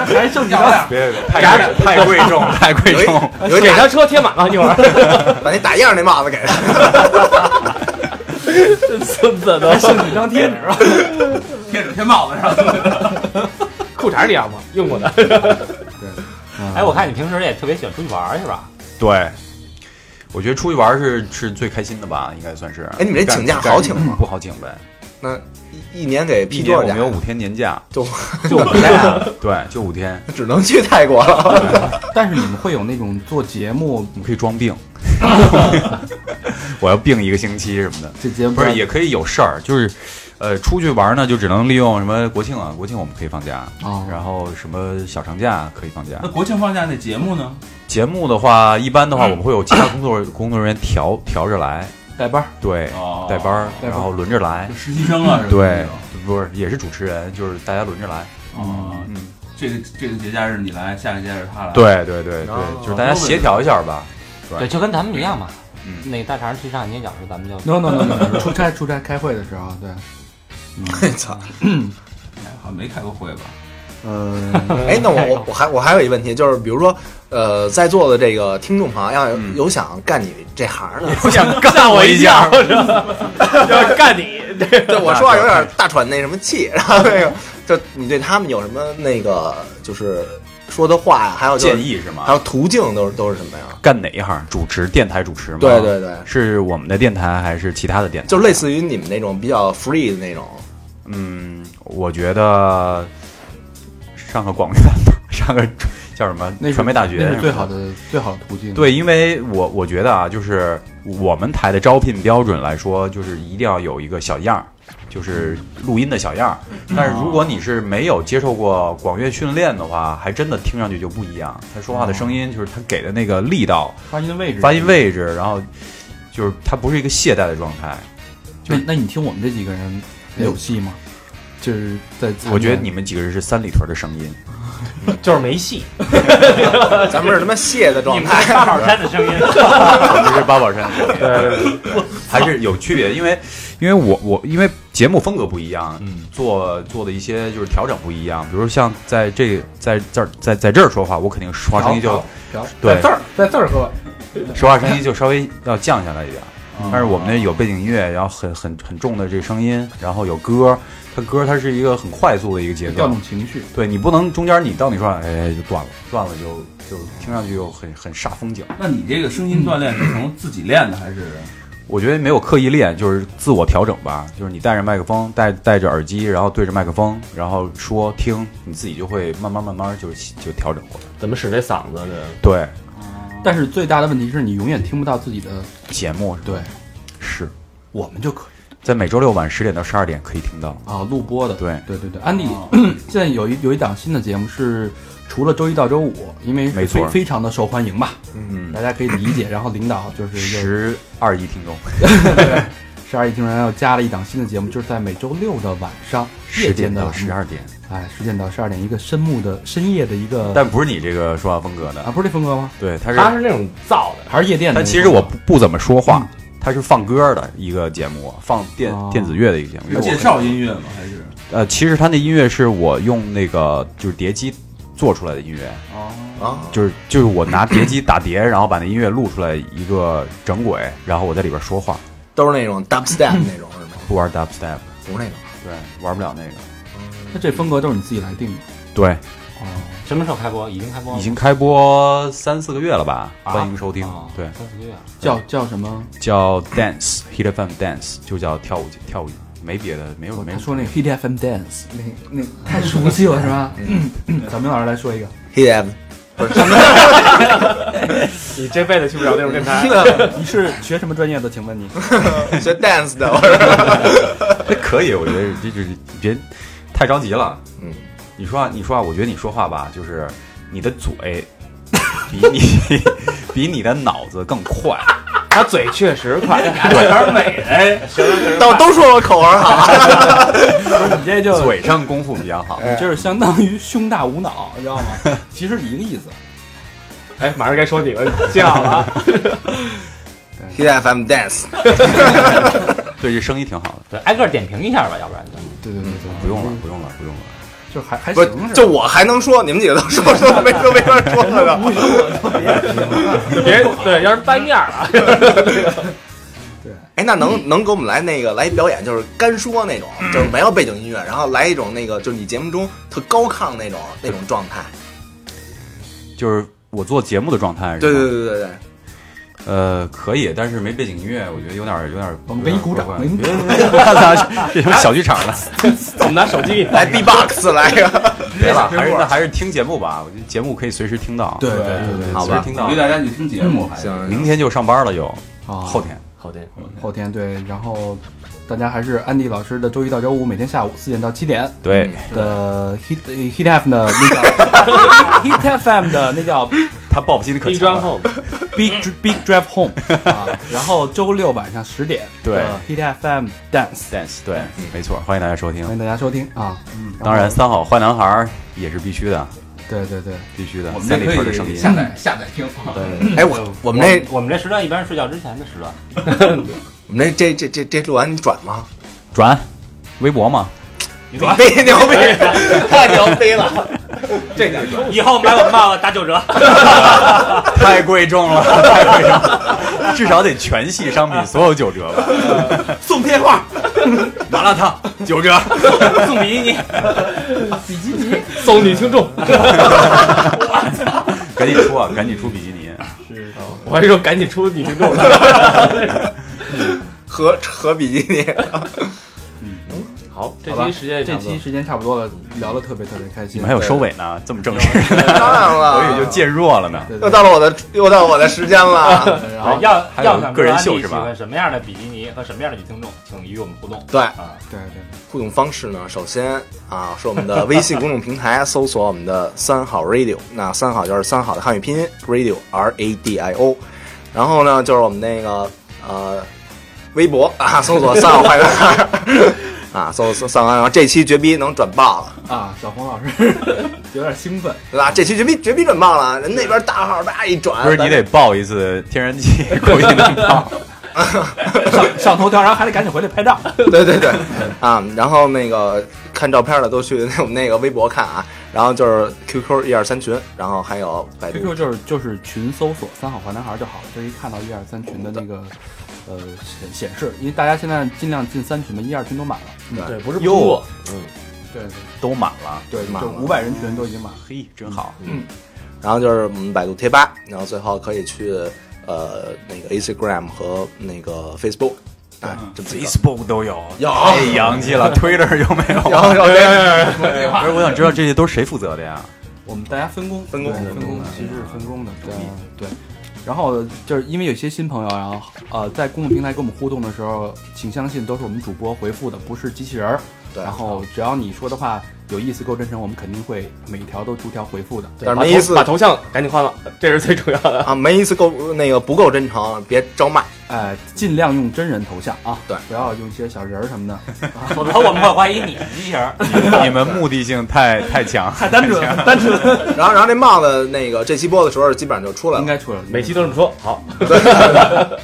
Speaker 3: 还剩几张？
Speaker 2: 别别，太太贵重，太贵重。
Speaker 5: 有
Speaker 6: 给
Speaker 5: 一点
Speaker 6: 他车贴满了，一会儿
Speaker 5: 把那打样那帽子给他。
Speaker 6: 孙子都
Speaker 3: 还剩几张贴纸？
Speaker 7: 贴纸贴帽子上，
Speaker 6: 裤衩里样吗？用过的。
Speaker 4: 哎，我看你平时也特别喜欢出去玩儿是吧？
Speaker 2: 对，我觉得出去玩儿是是最开心的吧，应该算是。
Speaker 5: 哎你们这
Speaker 2: 干
Speaker 5: 请假
Speaker 2: 干
Speaker 5: 好请吗
Speaker 2: 不好请呗，
Speaker 5: 那一一年给
Speaker 2: 一
Speaker 5: 批
Speaker 2: 年
Speaker 5: 多少
Speaker 2: 我
Speaker 5: 假
Speaker 2: 们？有五天年假，
Speaker 5: 就我们俩，
Speaker 2: 对，就五天，
Speaker 5: 只能去泰 国了。
Speaker 3: 但是你们会有那种做节目，
Speaker 2: 你可以装 病。我要病一个星期什么的，
Speaker 3: 这节目
Speaker 2: 不是也可以有事儿，就是，呃，出去玩呢就只能利用什么国庆啊，国庆我们可以放假，
Speaker 3: 哦
Speaker 2: 然后什么小长假可以放假
Speaker 7: 那。国庆放假那节目呢？嗯
Speaker 2: 节目的话，一般的话我们会有其他工作工作人员调调着来，
Speaker 3: 带班儿，
Speaker 2: 对，
Speaker 7: 哦，
Speaker 2: 带班儿，
Speaker 3: 带
Speaker 2: 然
Speaker 3: 班儿
Speaker 2: 后轮着来
Speaker 7: 就，实习生啊，
Speaker 2: 对，不是也是主持人，就是大家轮着来，
Speaker 7: 哦，
Speaker 2: 嗯，
Speaker 7: 这个这个节假日你来，下个节假日他来，，
Speaker 2: 对对对对，
Speaker 5: 哦
Speaker 2: 就是大家协调一下吧。
Speaker 4: 对，就跟咱们一样嘛。
Speaker 2: 嗯
Speaker 4: 那个大肠去上海捏脚时，咱们就
Speaker 3: no no no no，no，出差出差开会的时候，对，
Speaker 5: 操！
Speaker 2: 哎
Speaker 7: 好像没开过会吧？
Speaker 3: 呃，
Speaker 5: 哎，那我我我还我还有一个问题，就是比如说，呃，在座的这个听众朋友要有
Speaker 2: 嗯
Speaker 5: 有想干你这行的，
Speaker 2: 想干我一下，
Speaker 6: 要干你！
Speaker 5: 对我说话有点大喘那什么气，然后那个就你对他们有什么那个就是说的话呀，还有就是
Speaker 2: 建，议是
Speaker 5: 还
Speaker 2: 吗？
Speaker 5: 有途径都是都是什么呀？
Speaker 2: 干哪一行？主持电台主持吗？
Speaker 5: 对，对对，
Speaker 2: 是我们的电台还是其他的电台？
Speaker 5: 就类似于你们那种比较 free 的那种，
Speaker 2: 嗯，我觉得上个广院 吧，上个叫什么
Speaker 3: 那是
Speaker 2: 传媒大
Speaker 3: 那
Speaker 2: 学
Speaker 3: 是最好。的最好的途径。
Speaker 2: 对，因为我我觉得啊，就是我们台的招聘标准来说，就是一定要有一个小样儿，就是录音的小样儿。但是如果你是没有接受过广乐训练的话，还真的听上去就不一样。他说话的声音，就是他给的那个力道、
Speaker 3: 发音的位置，
Speaker 2: 发音位置，然后就是他不是一个懈怠的状态。
Speaker 3: 那那你听我们这几个人有戏吗？就是在
Speaker 2: 我觉得你们几个人是三里屯的声音。
Speaker 6: 就是没戏，
Speaker 5: 咱们是他妈卸的状态，
Speaker 4: 大宝山的声音，
Speaker 2: 不是八宝山的还是有区别，因为因为我我因为节目风格不一样，
Speaker 4: 嗯，
Speaker 2: 做做的一些就是调整不一样，比如像在这在这儿在在这儿说话，我肯定说话声音就
Speaker 3: 调调
Speaker 2: 对
Speaker 3: 儿在字儿喝，
Speaker 2: 说话声音就稍微要降下来一点。
Speaker 3: 嗯
Speaker 2: 但是我们那有背景音乐，然后很很很重的这个声音，然后有歌，它歌它是一个很快速的一个节
Speaker 3: 调
Speaker 2: 奏
Speaker 3: 动，情绪。
Speaker 2: 对你不能中间你到你说话，哎就断了，断了就就听上去又很很煞风景。
Speaker 7: 那你这个声音锻炼是从自己练的还是？
Speaker 2: 我觉得没有刻意练，就是自我调整吧。就是你带着麦克风，戴戴着耳机，然后对着麦克风，然后说听，你自己就会慢慢慢慢就就调整过来。
Speaker 6: 怎么使这嗓子这？
Speaker 2: 对，
Speaker 3: 但是最大的问题是你永远听不到自己的，
Speaker 2: 节目是吧
Speaker 3: 对
Speaker 2: 是
Speaker 3: 我们就可以
Speaker 2: 在每周六晚十点到十二点可以听到。
Speaker 3: 啊，录播的。
Speaker 2: 对，
Speaker 3: 对对对，安迪
Speaker 7: 哦
Speaker 3: 现在有一有一档新的节目是除了周一到周五，因为
Speaker 2: 没错
Speaker 3: 非非常的受欢迎吧，
Speaker 2: 嗯
Speaker 3: 大，家可以理解。然后领导就是
Speaker 2: 十二亿听众，
Speaker 3: 十二亿听众又加了一档新的节目，就是在每周六的晚上夜
Speaker 2: 十
Speaker 3: 间
Speaker 2: 点
Speaker 3: 的
Speaker 2: 到十，二点，
Speaker 3: 哎，十点到十二点，一个深暮的深夜的一个，
Speaker 2: 但不是你这个说话风格的
Speaker 3: 啊，，不是这风格吗？
Speaker 2: 对，他
Speaker 6: 他
Speaker 2: 是
Speaker 6: 是那种造的，
Speaker 3: 还是夜店的
Speaker 2: 他
Speaker 3: 那个？嗯
Speaker 2: 其实我不不怎么说话，他是放歌的一个节目，放电
Speaker 3: 哦
Speaker 2: 电子乐的一个节目。因为
Speaker 7: 介
Speaker 2: 我
Speaker 7: 绍音乐吗？还是
Speaker 2: 呃，其实他那音乐是我用那个就是碟机做出来的音乐，
Speaker 5: 啊，
Speaker 2: 就是就是我拿碟机打碟，然后把那音乐录出来一个整轨，然后我在里边说话，
Speaker 5: 都是那种 dubstep 那种是吗？
Speaker 2: 不玩 dubstep，
Speaker 5: 不是那种，
Speaker 2: 对，玩不了那个。
Speaker 3: 那这风格都是你自己来定的。
Speaker 2: 对，
Speaker 4: 什么时候开播？已经开播了，
Speaker 2: 已经开播三四个月了吧？
Speaker 4: 啊
Speaker 2: 欢迎收听。
Speaker 4: 啊
Speaker 2: 对，
Speaker 4: 三四个月了。
Speaker 3: 叫叫什么？
Speaker 2: 叫 Dance Hit FM Dance，就叫跳舞节跳舞，没别的，没有没
Speaker 3: 他
Speaker 2: 有
Speaker 3: 说那个 Hit FM Dance，那那嗯太熟悉了是吧？小明老师来说一个，
Speaker 5: Hit M，
Speaker 6: 你这辈子去不了那种电台。
Speaker 3: 你是学什么专业的？请问你？
Speaker 5: 学 dance 的，我说
Speaker 2: 那可以，我觉得这就是别太着急了。
Speaker 5: 嗯，
Speaker 2: 你说话，你说话，我觉得你说话吧，就是你的嘴比你比你的脑子更快。
Speaker 6: 他嘴确实 快，有点美哎，行了行了
Speaker 5: 都都说我口儿好，
Speaker 3: 你这就
Speaker 2: 嘴上功夫比较好。
Speaker 3: 你就是相当于胸大无脑，你知道 吗？其实一个意思。
Speaker 6: 哎，马上该说你了，接好了啊。
Speaker 5: Hit FM dance，
Speaker 2: 对，这声音挺好的。
Speaker 4: 对，挨个点评一下吧，要不然就
Speaker 3: 对对对对，
Speaker 2: 不用了，不用了，不用了。
Speaker 3: 就是还还
Speaker 5: 不
Speaker 3: 行
Speaker 5: 是
Speaker 3: 是吧
Speaker 5: 就我还能说，你们几个都说说没说没法说了呢。
Speaker 6: 别对，要是掰面啊了，
Speaker 5: 哎，那能能给我们来那个来一表演，就是干说那种，就是没有背景音乐，然后来一种那个，就是你节目中特高亢那种那种状态。
Speaker 2: 就是我做节目的状态是吧？
Speaker 5: 对对对对对，
Speaker 2: 呃，可以，但是没背景音乐，我觉得有点有点。
Speaker 3: 我们给你鼓掌
Speaker 2: 有点怪怪别别别别别这什么小剧场了？
Speaker 6: 我们拿手机给你
Speaker 5: 来 B-box 来一个，
Speaker 2: 别了，还是那还是听节目吧。我觉得节目可以随时听到。
Speaker 3: 对对对对
Speaker 2: 好
Speaker 7: 随时
Speaker 2: 吧，
Speaker 7: 听到鼓励大家去听节目，还是
Speaker 2: 明天就上班了，又
Speaker 3: 啊
Speaker 2: 后天。
Speaker 4: 好听。
Speaker 3: 后天对，然后大家还是安迪老师的周一到周五每天下午四点到七点
Speaker 2: 对，
Speaker 3: 的 Hit Hit FM 的那叫 Hit FM 的那叫
Speaker 2: 他报复心可
Speaker 6: 一
Speaker 2: 强
Speaker 6: 砖
Speaker 2: 了。
Speaker 6: 后，
Speaker 3: Big Big Drive Home 啊，然后周六晚上十点
Speaker 2: 对
Speaker 3: 呃 Hit FM Dance，
Speaker 2: dance，对，没错，欢迎大家收
Speaker 3: 欢
Speaker 2: 听。
Speaker 3: 迎大家收听啊。
Speaker 2: 当然，三好坏男孩儿也是必须的，
Speaker 3: 对对对，
Speaker 2: 必须的。
Speaker 7: 我们
Speaker 2: 三
Speaker 7: 这
Speaker 2: 里
Speaker 7: 可
Speaker 2: 屯的声
Speaker 7: 以
Speaker 2: 音，
Speaker 7: 下载下载听。
Speaker 5: 哎，我我们这
Speaker 4: 我们这时段一般是睡觉之前的 时段，
Speaker 5: 我们这这这这这录完你转吗？
Speaker 2: 转微博嘛，
Speaker 5: 牛逼牛 逼，太牛逼了！
Speaker 4: 以后买我帽子打九折。
Speaker 2: 太贵重 了，太贵重了，至少得全系商品所有九折吧。
Speaker 3: 送贴画，
Speaker 2: 麻辣烫九折，
Speaker 4: 送比基尼，
Speaker 6: 送女听众，
Speaker 2: 赶紧出 啊，赶紧出比基尼。
Speaker 6: 我还说赶紧出女听众，
Speaker 5: 和和比基 尼，
Speaker 6: 好，这
Speaker 3: 好吧
Speaker 6: 期时间也
Speaker 3: 这
Speaker 6: 差不多
Speaker 3: 期时间差不多了，聊的特别特别开
Speaker 2: 你
Speaker 3: 心
Speaker 2: 们还。有收尾呢，这么正式，
Speaker 5: 当然
Speaker 2: 我以为
Speaker 5: 了，
Speaker 2: 就渐弱了呢。
Speaker 3: 对
Speaker 5: 又
Speaker 3: 对，
Speaker 5: 到了我的又到我的时 间了。
Speaker 3: 然后
Speaker 4: 对要
Speaker 2: 还有
Speaker 4: 要想
Speaker 2: 个人秀
Speaker 4: 知道安
Speaker 2: 是吧
Speaker 4: 迪喜欢什么样的比基尼和什么样的女听众，请与我们互动。
Speaker 5: 对，
Speaker 4: 啊，
Speaker 3: 对对，
Speaker 5: 互动方式呢，首先啊是我 们的微信公众平台，搜索我们的三好 radio，那三好就是三好的汉语拼音 radio r a d i o，然后呢就是我们那个呃微博啊，搜索三好坏男孩儿 啊，搜索三好坏男孩儿，这期绝逼能转爆了，
Speaker 3: 啊，小红老师 有点兴奋，
Speaker 5: 对吧？这期绝逼绝逼转爆了，人那边大号大一转，
Speaker 2: 不是你得报一次天然气， 估计能报。
Speaker 3: 上上头条，然后还得赶紧回来拍照。
Speaker 5: 对对对，啊，然后那个看照片的都去我们那个微博看啊，然后就是 QQ 一二三群，然后还有百度
Speaker 3: QQ 就是就是群搜索“三好坏男孩”就好了，就一看到一二三群的那个呃显显示，因为大家现在尽量进三群嘛，一二群都满了。嗯
Speaker 6: 对，不是
Speaker 2: 哟，
Speaker 3: 对对
Speaker 2: 都满了，
Speaker 3: 对，
Speaker 5: 满
Speaker 3: 就
Speaker 5: 了
Speaker 3: 五百人群都已经满了。
Speaker 2: 嘿，真好。
Speaker 5: 然后就是我们百度贴吧，然后最后可以去呃那个 Instagram 和那个 Facebook，啊，
Speaker 6: 嗯
Speaker 5: 这么几个。
Speaker 2: Facebook 都有，
Speaker 5: 有
Speaker 2: 太洋气 了。Twitter 有没有？
Speaker 5: 然后然后
Speaker 6: 哎
Speaker 2: 不是，我想知道这些都是谁负责的 呀？
Speaker 3: 我们大家分工，
Speaker 5: 分工
Speaker 3: 对分
Speaker 5: 分工
Speaker 3: 工
Speaker 5: 的，
Speaker 3: 其实是分工的，对对。然后就是因为有些新朋友，然
Speaker 8: 呃
Speaker 3: 后呃，在公众平台跟我们互动的时候，请相信都是我们主播回复的，不是机器人儿
Speaker 5: 对
Speaker 8: 然后只要你说的话有意思够真诚，我们肯定会每一条都逐条回复的。
Speaker 5: 但是没意思
Speaker 6: 把头像赶紧换了，这是最重要的。
Speaker 5: 啊，没一次够那个不够真诚，别招骂。
Speaker 8: 呃，尽量用真人头像啊，
Speaker 5: 对
Speaker 8: 不要用一些小人儿什么的。
Speaker 4: 否则 我们会怀疑你是机器人儿。
Speaker 2: 你们目的性太太强，
Speaker 8: 太单纯，单纯，
Speaker 6: 嗯
Speaker 5: 然后，然后这帽子那个这期播的时候基本上就出来
Speaker 8: 应
Speaker 5: 了，
Speaker 8: 该出来了。
Speaker 6: 每期都这么说，好，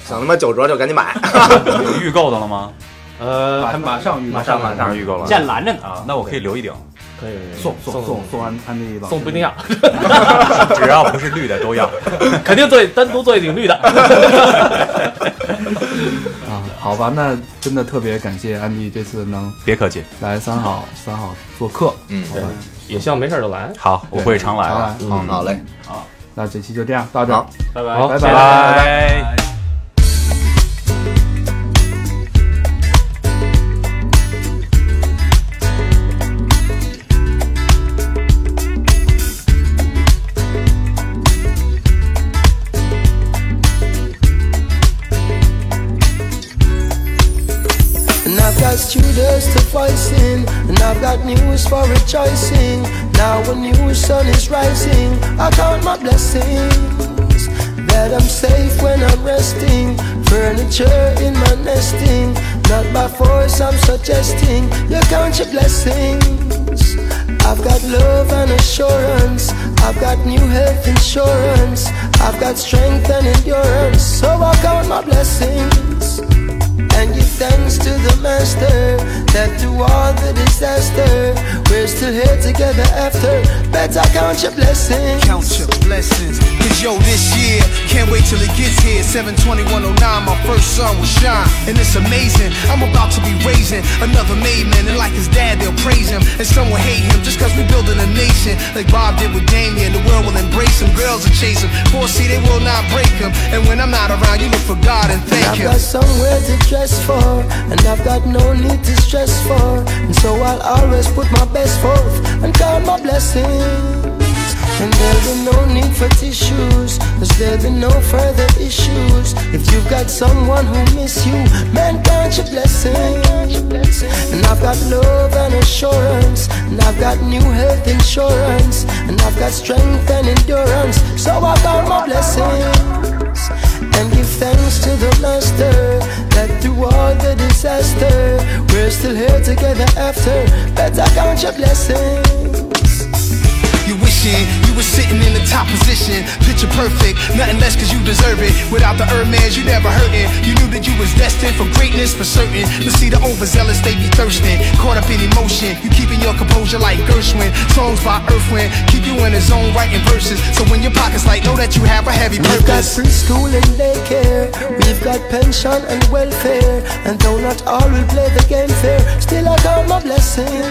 Speaker 5: 想他妈九折就赶紧买。
Speaker 2: 有预购的了吗？
Speaker 6: 呃，
Speaker 8: 马马上预告
Speaker 6: 马上马上
Speaker 2: 预购了
Speaker 4: 现在拦着呢啊！
Speaker 2: 那我可以留一顶，
Speaker 6: 可以
Speaker 8: 送送送送安安利了，
Speaker 6: 送不一定啊要，
Speaker 2: 只要不是绿的都要。
Speaker 6: 肯定做一单独做一顶绿的。
Speaker 8: 啊！好吧，那真的特别感谢安迪这次能
Speaker 2: 别客气，
Speaker 8: 来三好三好做客，
Speaker 5: 嗯，
Speaker 8: 好吧，
Speaker 6: 也希望没事儿就来。
Speaker 2: 好，我会常来
Speaker 8: 常来
Speaker 2: 的。，
Speaker 5: 嗯，好嘞。
Speaker 8: 那这期就这样到这儿
Speaker 5: 好，
Speaker 4: 拜拜。
Speaker 8: 拜
Speaker 2: 拜拜。
Speaker 11: And I've got students to voicing, and I've got news for rejoicing. Now a new sun is rising, I count my blessings. That I'm safe when I'm resting, furniture in my nesting. Not by force, I'm suggesting you count your blessings. I've got love and assurance, I've got new health insurance, I've got strength and endurance. So I count my blessings and give thanks to the master that through all the disaster we're still here together after better count your blessings
Speaker 12: count your blessings. Cause yo, this year, can't wait till it gets here. 72109, my first son will shine. And it's amazing, I'm about to be raising another made man. And like his dad, they'll praise him. And some will hate him just cause we building a nation. Like Bob did with Damien, the world will embrace him. Girls will chase him. see they will not break him. And when I'm not around, you look for God and thank
Speaker 11: I've
Speaker 12: him.
Speaker 11: got somewhere to dress for, and I've got no need to stress for. And so I'll always put my best forth and count my blessings. And there'll be no need for tissues, cause there'll be no further issues. If you've got someone who miss you, man, count your blessings. And I've got love and assurance, and I've got new health insurance, and I've got strength and endurance. So I count my blessings and give thanks to the master that through all the disaster we're still here together after better count your blessings
Speaker 12: You wishing you were sitting in the top position, picture perfect, nothing less cause you deserve it. Without the Hermes, you never hurting. You knew that you was destined for greatness for certain. But see the overzealous, they be thirsting, caught up in emotion. You keeping your composure like Gershwin. Songs by Earthwind keep you in the zone, writing verses. So when your pockets like know that you have a heavy
Speaker 11: We've got
Speaker 12: purpose.
Speaker 11: preschool and daycare. We've got pension and welfare. And though not all will play the game fair, still I count my blessings.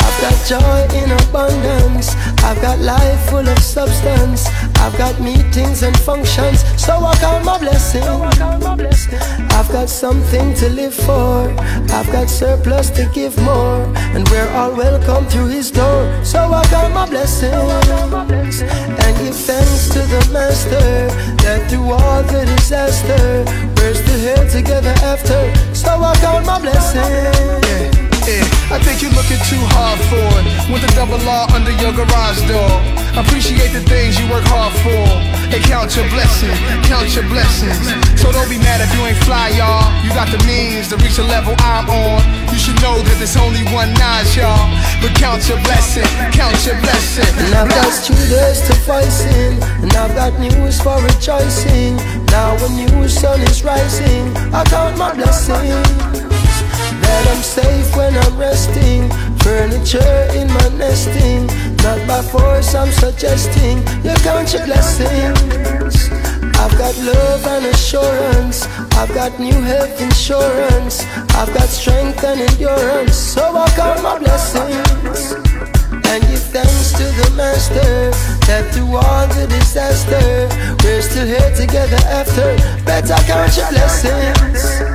Speaker 11: I've got joy in abundance. I've got life full of substance. I've got meetings and functions. So I count my blessings. I've got something to live for. I've got surplus to give more. And we're all welcome through his door. So I count my blessings. And give thanks to the master that through all the disaster, we're still here together after. So I count my blessings.
Speaker 12: Yeah, yeah. I think you're looking too hard for it. With a double R under your garage door. Appreciate the things you work hard for. And count your blessings, count your blessings. So don't be mad if you ain't fly, y'all. You got the means to reach the level I'm on. You should know that there's only one Nas, y'all. But count your blessing, count your blessing.
Speaker 11: And I've got students to voicing, and I've got news for rejoicing. Now a new sun is rising, I count my blessings. That I'm safe when I'm resting, furniture in my nesting. Not by force, I'm suggesting you count your blessings. I've got love and assurance, I've got new health insurance, I've got strength and endurance. So I count my blessings and give thanks to the master that through all the disaster we're still here together after better count your blessings